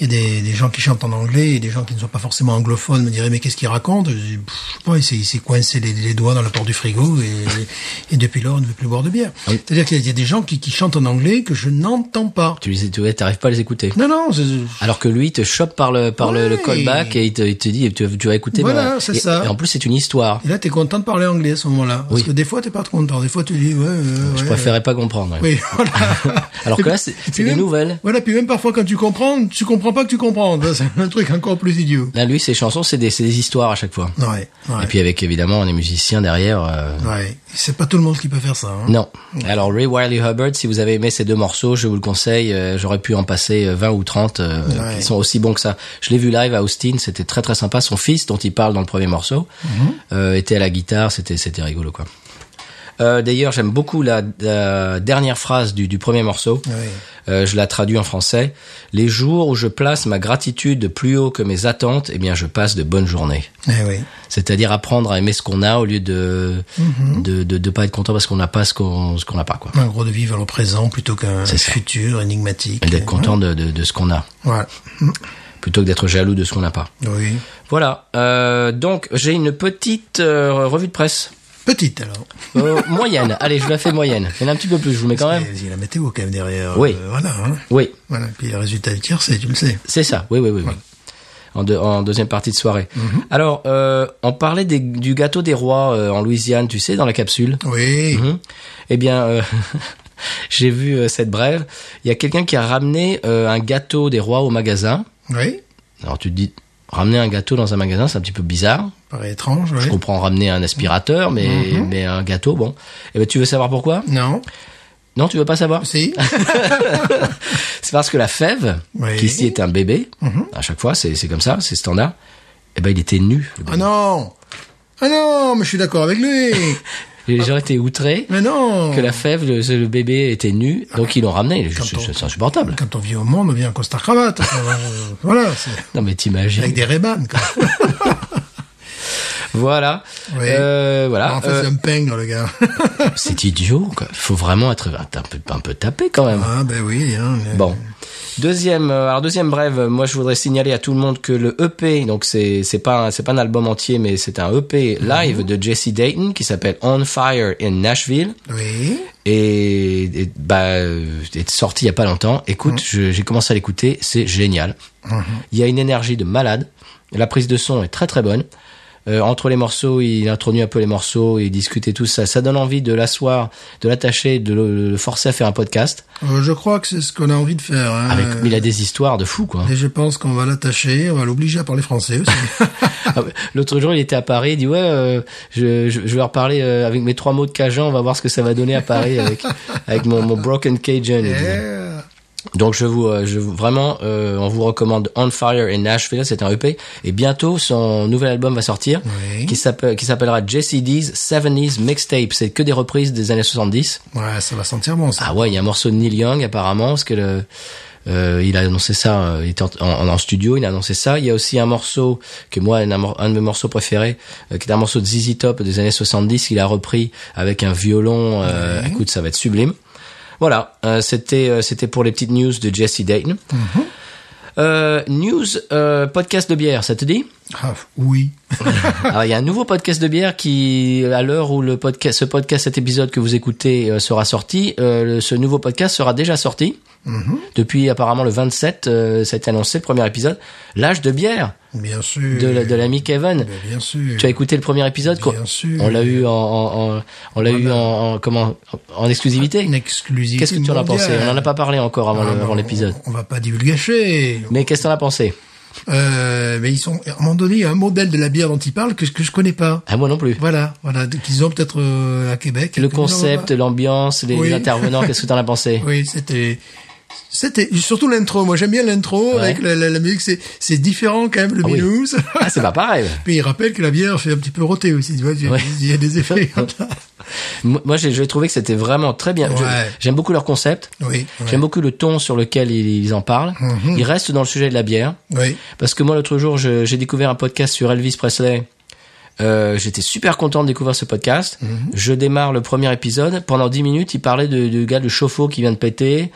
Speaker 2: il y a des, des gens qui chantent en anglais, et des gens qui ne sont pas forcément anglophones me diraient, mais qu'est-ce qu'il raconte Je dis, Pff, je sais pas, il s'est- il s'est coincé les, les doigts dans la porte du frigo, et, et depuis lors, on ne veut plus boire de bière. C'est-à-dire qu'il y a- il y a des gens qui, qui chantent en anglais que je n'entends pas.
Speaker 1: Tu les, tu- t'arrives pas à les écouter.
Speaker 2: Non, non, c'est-
Speaker 1: Alors que lui, il te chope par le, par le, le
Speaker 2: Ouais.
Speaker 1: callback et il te, il te dit, tu, tu vas écouter.
Speaker 2: Voilà,
Speaker 1: ma-
Speaker 2: c'est
Speaker 1: et-
Speaker 2: ça.
Speaker 1: Et en plus, c'est une histoire.
Speaker 2: Et là, t'es content de parler anglais à ce moment-là. Parce
Speaker 1: Oui.
Speaker 2: que des fois, t'es pas content. Des fois, tu dis, ouais, euh,
Speaker 1: Je
Speaker 2: ouais,
Speaker 1: préférais pas comprendre.
Speaker 2: Oui, voilà.
Speaker 1: Alors que là, c'est-
Speaker 2: Et
Speaker 1: c'est
Speaker 2: puis
Speaker 1: des
Speaker 2: même-
Speaker 1: nouvelles.
Speaker 2: Voilà, puis même parfois, quand tu comprends, tu comprends pas que tu comprends. Ça, C'est un truc encore plus idiot.
Speaker 1: Là, lui, ses chansons, c'est des, c'est des histoires à chaque fois.
Speaker 2: Ouais, ouais.
Speaker 1: Et puis avec évidemment les musiciens derrière. euh,
Speaker 2: ouais. C'est pas tout le monde qui peut faire ça. hein.
Speaker 1: Non. Alors Ray Wiley Hubbard, si vous avez aimé ces deux morceaux, je vous le conseille. euh, J'aurais pu en passer euh, 20 ou 30 euh,
Speaker 2: Ouais.
Speaker 1: qui sont aussi bons que ça. Je l'ai vu live à Austin, c'était très très sympa. Son fils, dont il parle dans le premier morceau, euh, était à la guitare, c'était c'était rigolo quoi. Euh, D'ailleurs, j'aime beaucoup la, la dernière phrase du, du premier morceau.
Speaker 2: Eh Oui.
Speaker 1: Euh, je la traduis en français. Les jours où je place ma gratitude plus haut que mes attentes, eh bien, je passe de bonnes journées.
Speaker 2: Eh oui.
Speaker 1: C'est-à-dire apprendre à aimer ce qu'on a au lieu de de, de de pas être content parce qu'on n'a pas ce qu'on ce qu'on n'a pas quoi.
Speaker 2: En gros, de vivre le présent plutôt qu'un
Speaker 1: C'est ça.
Speaker 2: futur énigmatique.
Speaker 1: Et d'être content de, de de ce qu'on a
Speaker 2: Voilà.
Speaker 1: plutôt que d'être jaloux de ce qu'on n'a pas.
Speaker 2: Oui.
Speaker 1: Voilà. Euh, donc j'ai une petite euh, revue de presse
Speaker 2: Petite alors.
Speaker 1: Euh, moyenne. Allez, je la fais moyenne. Il y en a un petit peu plus. Je vous mets quand même.
Speaker 2: Il y a la météo quand même derrière.
Speaker 1: Oui.
Speaker 2: euh, voilà. hein.
Speaker 1: Oui.
Speaker 2: Voilà. Puis les résultats du tiers, c'est tu le sais.
Speaker 1: C'est ça, oui, oui, oui. oui. En, deux- en deuxième partie de soirée. Alors, euh, on parlait des- du gâteau des rois euh, en Louisiane, tu sais, dans la capsule.
Speaker 2: Oui.
Speaker 1: Mhm. Eh bien, euh, j'ai vu euh, cette brève. Il y a quelqu'un qui a ramené euh, un gâteau des rois au magasin.
Speaker 2: Oui.
Speaker 1: Alors, tu te dis, ramener un gâteau dans un magasin, c'est un petit peu bizarre.
Speaker 2: Paraît étrange. Oui.
Speaker 1: Je comprends ramener un aspirateur, mais,
Speaker 2: Mhm.
Speaker 1: mais un gâteau, bon. Eh bien, tu veux savoir pourquoi
Speaker 2: Non.
Speaker 1: Non, tu veux pas savoir
Speaker 2: Si.
Speaker 1: C'est parce que la fève,
Speaker 2: Oui. Mhm.
Speaker 1: qui ici est un bébé, à chaque fois, c'est c'est comme ça, c'est standard, eh ben, il était nu. le
Speaker 2: Ah
Speaker 1: bébé.
Speaker 2: non. Ah non, mais je suis d'accord avec lui.
Speaker 1: Les gens étaient outrés
Speaker 2: Mais non.
Speaker 1: que la fève, le, le bébé était nu,
Speaker 2: Ah.
Speaker 1: donc ils l'ont ramené.
Speaker 2: Quand
Speaker 1: C'est
Speaker 2: on-
Speaker 1: c'est insupportable.
Speaker 2: Quand on vit au monde, on vit en costard cravate. Euh, voilà. c'est-
Speaker 1: Non, mais t'imagines.
Speaker 2: Avec des rébans.
Speaker 1: Voilà.
Speaker 2: Oui.
Speaker 1: Euh, voilà.
Speaker 2: en fait,
Speaker 1: Euh,
Speaker 2: c'est un pingre, le gars.
Speaker 1: c'est idiot, quoi. Il faut vraiment être un, un peu, un peu tapé, quand même.
Speaker 2: ah, ben oui. Hein, mais-
Speaker 1: Bon. Deuxième, euh, alors deuxième brève, euh, moi je voudrais signaler à tout le monde que le EP, donc c'est c'est pas un- c'est pas un album entier, mais c'est un EP live
Speaker 2: Mhm.
Speaker 1: de Jesse Dayton qui s'appelle On Fire in Nashville
Speaker 2: Oui.
Speaker 1: et, et, bah euh, est sorti il y a pas longtemps. Écoute, je- j'ai commencé à l'écouter, c'est génial. Il y a une énergie de malade. La prise de son est très très bonne. Euh, entre les morceaux, il introduit un peu les morceaux, il discute et tout ça. Ça donne envie de l'asseoir, de l'attacher, de le, le forcer à faire un podcast.
Speaker 2: Euh, je crois que c'est ce qu'on a envie de faire. hein.
Speaker 1: Avec, mais il a des histoires de fou quoi.
Speaker 2: Et je pense qu'on va l'attacher, on va l'obliger à parler français aussi.
Speaker 1: Ah ouais. L'autre jour, il était à Paris, il dit ouais, euh, je, je, je vais leur parler euh, avec mes trois mots de Cajun, on va voir ce que ça va donner à Paris avec avec mon, mon broken Cajun. il disait.
Speaker 2: Euh,
Speaker 1: Donc je vous, euh, je vous vraiment, euh, on vous recommande On Fire in Nashville, c'est un EP, et bientôt son nouvel album va sortir,
Speaker 2: Oui.
Speaker 1: qui s'appelle qui s'appellera Jesse D's 70s Mixtape. C'est que des reprises des années 70.
Speaker 2: ouais, ça va sentir bon ça.
Speaker 1: Ah ouais, il y a un morceau de Neil Young apparemment, parce que le, euh, il a annoncé ça, euh, il était en, en- en studio, il a annoncé ça. Il y a aussi un morceau que moi, un, mor- un de mes morceaux préférés, euh, qui est un morceau de ZZ Top des années 70, qu'il a repris avec un violon. Euh, Écoute, ça va être sublime. Voilà, euh, c'était euh, c'était pour les petites news de Jesse Dayton. Euh, news euh, podcast de bière, ça te dit
Speaker 2: Ah, oui.
Speaker 1: alors, Ah il y a un nouveau podcast de bière qui, à l'heure où le podcast, ce podcast, cet épisode que vous écoutez euh, sera sorti, euh, le- ce nouveau podcast sera déjà sorti.
Speaker 2: Mhm.
Speaker 1: Depuis apparemment le 27, euh, ça a été annoncé, le premier épisode. L'âge de bière
Speaker 2: Bien sûr.
Speaker 1: de, la- de l'ami Kevin.
Speaker 2: Ben, Bien sûr.
Speaker 1: Tu as écouté le premier épisode quoi
Speaker 2: Bien sûr.
Speaker 1: On l'a eu en, en- en- on l'a eu en, en- comment en exclusivité.
Speaker 2: Ah, Une exclusivité.
Speaker 1: Qu'est-ce que tu en as pensé On
Speaker 2: mondiale.
Speaker 1: en a pas parlé encore avant
Speaker 2: Ah,
Speaker 1: le-
Speaker 2: non,
Speaker 1: avant l'épisode.
Speaker 2: On, on va pas divulgacher.
Speaker 1: Mais qu'est-ce que t'en as pensé
Speaker 2: Euh, mais ils sont, à un moment donné, il y a un modèle de la bière dont ils parlent que, que je connais pas.
Speaker 1: Ah moi non plus.
Speaker 2: Voilà, voilà, de- qu'ils ont peut-être euh, à Québec.
Speaker 1: Le
Speaker 2: quelque part,
Speaker 1: concept,
Speaker 2: là-bas.
Speaker 1: l'ambiance, les,
Speaker 2: Oui.
Speaker 1: les intervenants, qu'est-ce que t'en as pensé
Speaker 2: Oui, c'était, c'était surtout l'intro. Moi, j'aime bien l'intro
Speaker 1: Ouais.
Speaker 2: avec la, la- la musique. C'est, c'est différent quand même le
Speaker 1: Ah oui.
Speaker 2: binous.
Speaker 1: Ah c'est pas pareil.
Speaker 2: Puis il rappelle que la bière fait un petit peu roter aussi. Tu vois, il y a-
Speaker 1: Ouais.
Speaker 2: il y a des effets. comme ça.
Speaker 1: Moi, moi, j'ai j'ai trouvé que c'était vraiment très bien. Je-
Speaker 2: Ouais.
Speaker 1: J'aime beaucoup leur concept.
Speaker 2: oui, Mhm.
Speaker 1: J'aime beaucoup le ton sur lequel ils, ils en parlent. Ils restent dans le sujet de la bière.
Speaker 2: oui.
Speaker 1: Parce que moi, l'autre jour, je- j'ai découvert un podcast sur Elvis Presley. Euh, J'étais super content de découvrir ce podcast.
Speaker 2: Mhm.
Speaker 1: Je démarre le premier épisode. Pendant 10 minutes, ils parlaient de- du gars de chauffe-eau qui vient de péter.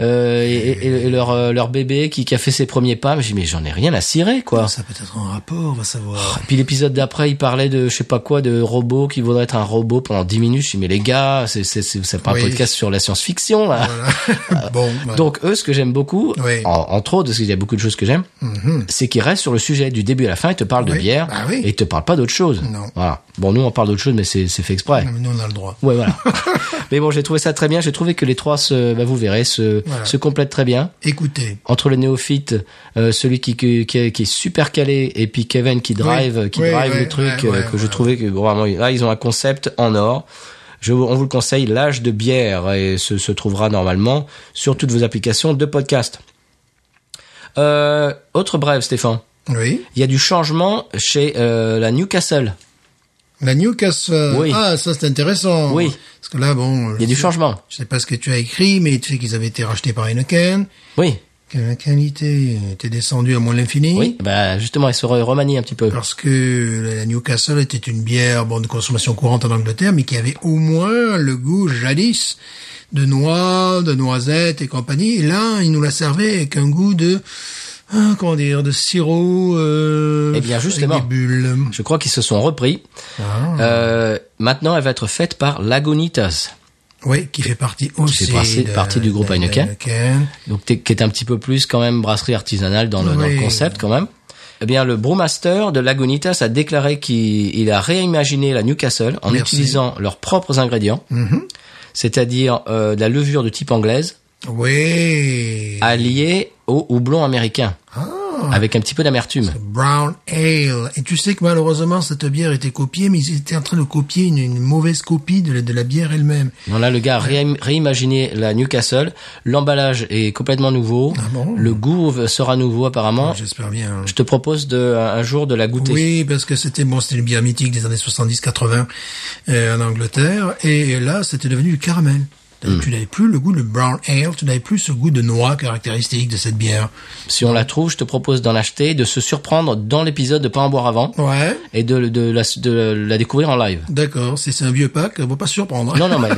Speaker 1: euh, et, et- et leur, euh, leur bébé qui, qui a fait ses premiers pas. Mais J'ai dit, mais j'en ai rien à cirer, quoi.
Speaker 2: Ça peut être un rapport, on va savoir.
Speaker 1: Puis l'épisode d'après, il parlait de je sais pas quoi, de robot qui voudrait être un robot pendant 10 minutes. Je dis mais les gars, c'est c'est c'est c'est pas
Speaker 2: Oui.
Speaker 1: un podcast sur la science-fiction là.
Speaker 2: Voilà. bon. voilà.
Speaker 1: Oh, Euh, Donc eux, ce que j'aime beaucoup,
Speaker 2: Oui. Mhm.
Speaker 1: en- entre autres, parce qu'il y a beaucoup de choses que j'aime, c'est qu'ils restent sur le sujet du début à la fin. Ils te parlent de
Speaker 2: Oui.
Speaker 1: bière
Speaker 2: Bah oui.
Speaker 1: et ils te parlent pas d'autre chose.
Speaker 2: Non.
Speaker 1: Voilà. Bon, nous on parle d'autre chose, mais c'est c'est fait exprès.
Speaker 2: Non, mais nous, on a le droit.
Speaker 1: Ouais, voilà. mais bon, j'ai trouvé ça très bien. J'ai trouvé que les trois, se, bah, vous verrez, se
Speaker 2: Voilà.
Speaker 1: se complètent très bien
Speaker 2: Écoutez.
Speaker 1: entre le néophyte, euh, celui qui, qui, qui est qui est super calé, et puis Kevin qui drive,
Speaker 2: Oui,
Speaker 1: qui
Speaker 2: oui,
Speaker 1: drive
Speaker 2: oui,
Speaker 1: le truc,
Speaker 2: ouais,
Speaker 1: euh,
Speaker 2: ouais,
Speaker 1: que je
Speaker 2: ouais.
Speaker 1: trouvais que bon, vraiment, là, ils ont un concept en or. Je, vous- on vous le conseille, l'âge de bière, et se, se trouvera normalement sur toutes vos applications de podcast. Euh, autre brève, Stéphane.
Speaker 2: Oui.
Speaker 1: Il y a du changement chez euh, la Newcastle.
Speaker 2: La Newcastle.
Speaker 1: Oui.
Speaker 2: Ah, ça c'est intéressant.
Speaker 1: Oui.
Speaker 2: Parce que là, bon.
Speaker 1: Il y a du changement.
Speaker 2: Je sais pas ce que tu as écrit, mais tu sais qu'ils avaient été rachetés par Heineken,
Speaker 1: Oui,
Speaker 2: que la qualité était descendue à moins de l'infini.
Speaker 1: oui. Bah, justement, elle se re- remanie un petit peu.
Speaker 2: Parce que la Newcastle était une bière bon, de consommation courante en Angleterre, mais qui avait au moins le goût jadis de noix, de noisettes et compagnie. Et là, ils nous la servaient avec un goût de, ah, comment dire, de sirop. Euh,
Speaker 1: Eh bien,
Speaker 2: avec
Speaker 1: justement.
Speaker 2: Des bulles.
Speaker 1: Je crois qu'ils se sont repris.
Speaker 2: Ah.
Speaker 1: Euh, maintenant, elle va être faite par Lagunitas.
Speaker 2: Oui, qui fait partie aussi.
Speaker 1: fait partie- partie du groupe Heineken. donc t'es- qui est un petit peu plus quand même brasserie artisanale dans le, dans le
Speaker 2: Oui.
Speaker 1: concept quand même. Eh bien, le brewmaster de Lagunitas a déclaré qu'il il a réimaginé la Newcastle en
Speaker 2: Merci. Mhm.
Speaker 1: utilisant leurs propres ingrédients, c'est-à-dire euh, de la levure de type anglaise
Speaker 2: Oui.
Speaker 1: alliée au houblon américain,
Speaker 2: Ah.
Speaker 1: avec un petit peu d'amertume.
Speaker 2: Brown Ale. Et tu sais que malheureusement, cette bière était copiée, mais ils étaient en train de copier une, une mauvaise copie de la, de la bière elle-même.
Speaker 1: Non, là, le gars a réim- réimaginé la Newcastle. L'emballage est complètement nouveau.
Speaker 2: Ah bon
Speaker 1: le goût sera nouveau apparemment.
Speaker 2: J'espère bien.
Speaker 1: Ah.
Speaker 2: hein.
Speaker 1: Je te propose de, un jour de la goûter.
Speaker 2: Oui, parce que c'était bon, c'était une bière mythique des années 70-80 euh, en Angleterre, et là, c'était devenu du caramel.
Speaker 1: Hmm.
Speaker 2: Donc, Tu n'avais plus le goût de brown ale, tu n'avais plus ce goût de noix caractéristique de cette bière.
Speaker 1: Si on la trouve, je te propose d'en acheter, de se surprendre dans l'épisode de pas en boire avant
Speaker 2: Ouais,
Speaker 1: et de, de la, de la découvrir en live.
Speaker 2: d'accord. Si c'est un vieux pack, on va pas se surprendre.
Speaker 1: Non, non, mais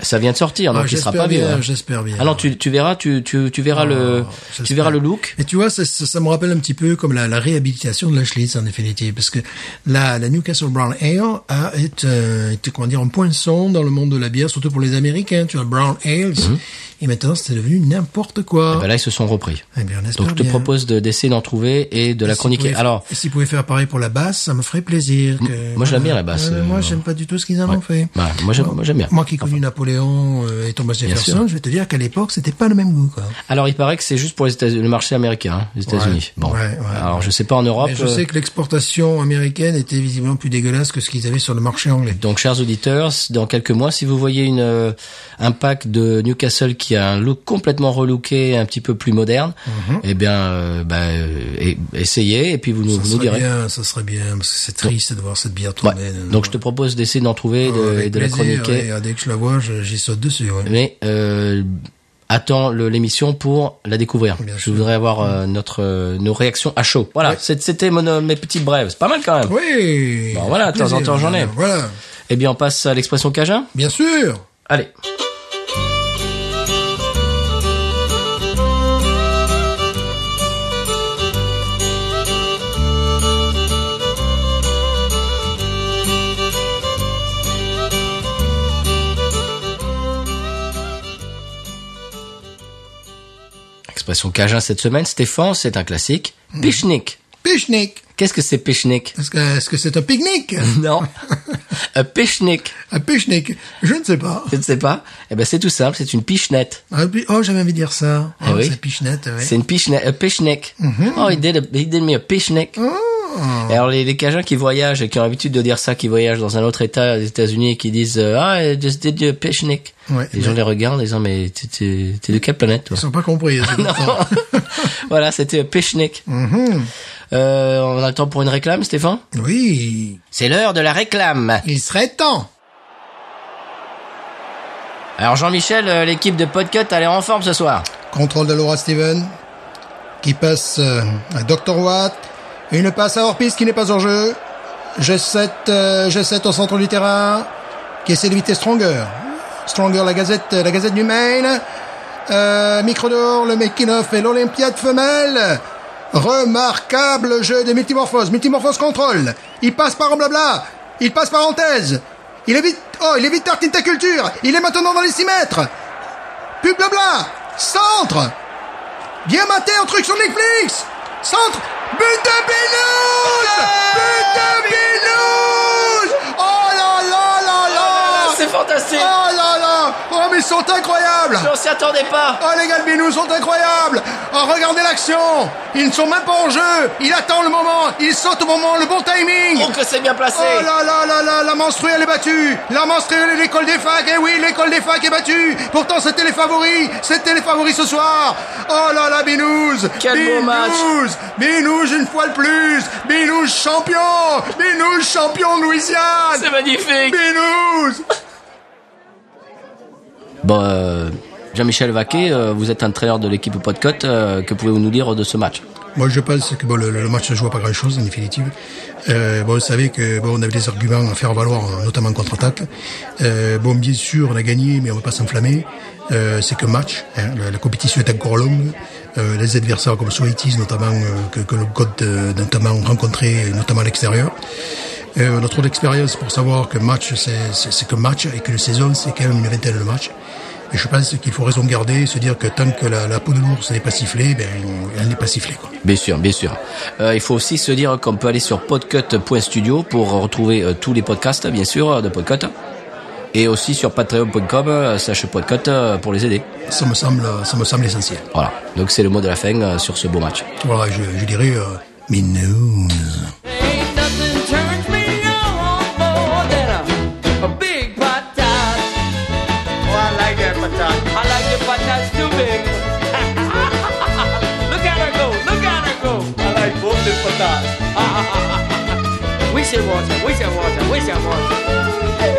Speaker 1: ça vient de sortir,
Speaker 2: Ah,
Speaker 1: donc il sera
Speaker 2: j'espère
Speaker 1: pas vieux.
Speaker 2: bien,
Speaker 1: hein.
Speaker 2: j'espère bien.
Speaker 1: Ah non, tu, tu verras, tu, tu, tu verras le, Euh, tu
Speaker 2: Ah, j'espère.
Speaker 1: verras le look.
Speaker 2: Et tu vois, ça, ça, ça me rappelle un petit peu comme la, la réhabilitation de la Schlitz, en définitive, parce que la, la Newcastle Brown Ale a, est, euh, est, comment dire, un poinçon dans le monde de la bière, surtout pour les Américains, tu vois, Brown Ales, et maintenant c'est devenu n'importe quoi.
Speaker 1: Mhm. Eh ben là, ils se sont repris.
Speaker 2: Eh bien, on espère
Speaker 1: Donc je te
Speaker 2: bien.
Speaker 1: propose de- d'essayer d'en trouver et de la
Speaker 2: Et s'ils
Speaker 1: chroniquer.
Speaker 2: pouvaient-
Speaker 1: Alors,
Speaker 2: et s'ils pouvaient faire pareil pour la basse, ça me ferait plaisir. que-
Speaker 1: moi, je l'aime bien, la basse,
Speaker 2: Euh,
Speaker 1: euh,
Speaker 2: moi, j'aime pas du tout ce qu'ils en ont fait.
Speaker 1: Ouais, Bah, moi, j'aime- moi, j'aime bien.
Speaker 2: Moi qui ai connu Napoléon euh, et Thomas Jefferson,
Speaker 1: sûr.
Speaker 2: je vais te dire qu'à l'époque, c'était pas le même goût. Quoi.
Speaker 1: alors il paraît que c'est juste pour les États- le marché américain, hein, les États-Unis. Bon,
Speaker 2: ouais, ouais.
Speaker 1: alors je sais pas en Europe.
Speaker 2: Mais je sais que l'exportation américaine était visiblement plus dégueulasse que ce qu'ils avaient sur le marché anglais.
Speaker 1: Donc, chers auditeurs, dans quelques mois, si vous voyez une, euh, un pack de Newcastle qui a un look complètement relooké, un petit peu plus moderne, eh bien, euh, bah, euh, et- essayez et puis vous nous,
Speaker 2: Mhm. ça
Speaker 1: vous nous
Speaker 2: serait
Speaker 1: direz.
Speaker 2: bien, ça serait bien, parce que c'est triste de voir cette bière
Speaker 1: Ouais.
Speaker 2: tomber. Euh,
Speaker 1: Donc, je te propose d'essayer d'en trouver et
Speaker 2: Oh,
Speaker 1: de, et de la chroniquer.
Speaker 2: dès que je la vois, je- j'y saute dessus. ouais.
Speaker 1: Mais euh, attends le- l'émission pour la découvrir.
Speaker 2: Bien
Speaker 1: je
Speaker 2: sûr.
Speaker 1: voudrais avoir euh, notre euh, nos réactions à chaud. Voilà, c'est- c'était mon- euh, mes petites brèves. C'est pas mal quand même.
Speaker 2: Oui.
Speaker 1: Bon, Bah, voilà, de temps en
Speaker 2: Plaisir.
Speaker 1: temps, j'en ai.
Speaker 2: Voilà,
Speaker 1: Eh bien, on passe à l'expression Cajun.
Speaker 2: bien sûr.
Speaker 1: Allez. Expression cajun cette semaine, Stéphane, c'est un classique. Pichnik.
Speaker 2: Pique-nique.
Speaker 1: Qu'est-ce que c'est pichnik
Speaker 2: Est-ce que est-ce que c'est un pique-nique
Speaker 1: Non. un pichnik.
Speaker 2: Un pique-nique Je ne sais pas.
Speaker 1: Euh, Je ne sais pas. Eh ben, c'est tout simple, c'est une pichenette.
Speaker 2: Un pi- Oh, j'avais envie de dire ça.
Speaker 1: Ah
Speaker 2: Oh,
Speaker 1: oui.
Speaker 2: C'est pichenette, oui.
Speaker 1: C'est une pichne- a picnic.
Speaker 2: Mm-hmm.
Speaker 1: Oh, he did, a, he did me a picnic.
Speaker 2: Mm.
Speaker 1: Et alors, les, les Cajuns qui voyagent et qui ont l'habitude de dire ça, qui voyagent dans un autre état des États-Unis et qui disent, euh, ah, I just did a picnic.
Speaker 2: Ouais,
Speaker 1: les
Speaker 2: mais-
Speaker 1: gens les regardent en disant, mais t'es- t'es t'es de quelle planète, toi?
Speaker 2: Ils sont pas compris.
Speaker 1: Ah
Speaker 2: c'est pour ça. Mm-hmm.
Speaker 1: voilà, c'était un picnic. Euh, on a le temps pour une réclame, Stéphane?
Speaker 2: Oui,
Speaker 1: C'est l'heure de la réclame.
Speaker 2: il serait temps.
Speaker 1: Alors, Jean-Michel, euh, l'équipe de Podcut a l'air en forme ce soir.
Speaker 2: Contrôle de Laura Steven, qui passe euh, à Dr. Watt. Une passe à Orpiste qui n'est pas en jeu. G7, euh, G7 au centre du terrain, qui essaie d'éviter Stronger. Stronger, la gazette, la gazette du Maine. Euh, micro d'or, le Mekinoff et l'Olympiade femelle. Remarquable jeu de Multimorphose. Multimorphose contrôle. Il passe par en blabla. Il passe par parenthèse. Il évite, oh, il évite Tartine ta culture. Il est maintenant dans les 6 mètres. Pub blabla Centre Bien maté un truc sur Netflix Centre But de Benoît But de Benoît Oh là là là là
Speaker 1: C'est fantastique
Speaker 2: Oh là là Oh mais ils sont incroyables
Speaker 1: On s'y attendait pas
Speaker 2: Oh les Galbinous sont incroyables Oh regardez l'action Ils ne sont même pas en jeu Il attend le moment Il saute au moment, le bon timing
Speaker 1: Oh que c'est bien placé
Speaker 2: Oh là là là là, la menstruelle est battue La menstruelle est l'école des facs Eh oui, l'école des facs est battue Pourtant, c'était les favoris C'était les favoris ce soir Oh là là, Binouze
Speaker 1: Quel beau match.
Speaker 2: Binouze Binouze une fois de plus Binouze champion Binouze champion de Louisiane
Speaker 1: C'est magnifique
Speaker 2: Binouze
Speaker 1: Bon, euh, Jean-Michel Vaquet, euh, vous êtes entraîneur de l'équipe Podcote. euh, que pouvez-vous nous dire de ce match
Speaker 2: Moi, je pense que bon, le, le match ne joue à pas grand-chose, en définitive. Euh, bon, vous savez que bon, on avait des arguments à faire valoir, notamment en contre-attaque. Euh, bon, bien sûr, on a gagné, mais on ne va pas s'enflammer. Euh, c'est que match. hein, la, la compétition est encore longue. Euh, les adversaires comme Soitis, notamment euh, que, que le God euh, notamment rencontré, notamment à l'extérieur. Euh, on a trop d'expérience pour savoir que match, c'est- c'est c'est que match et que le saison, c'est quand même une vingtaine de matchs. Et je pense qu'il faut raison garder et se dire que tant que la, la peau de l'ours n'est pas sifflée, ben, elle n'est pas sifflée. Quoi.
Speaker 1: Bien sûr, bien sûr. Euh, il faut aussi se dire qu'on peut aller sur podcut.studio pour retrouver euh, tous les podcasts, bien sûr, de Podcut. Et aussi sur patreon.com, euh, slash podcut, euh, pour les aider.
Speaker 2: Ça me semble, ça me semble essentiel.
Speaker 1: Voilà. Donc c'est le mot de la fin euh, sur ce beau match.
Speaker 2: Voilà, je, je dirais, euh, mais news.
Speaker 5: Ain't nothing turns me on more than a, a big pot tie. Oh, I like that pot tie. I like the pot ties too big. Look at her go. Look at her go. I like both the pot ties. we should watch her. We should watch her. We should watch her.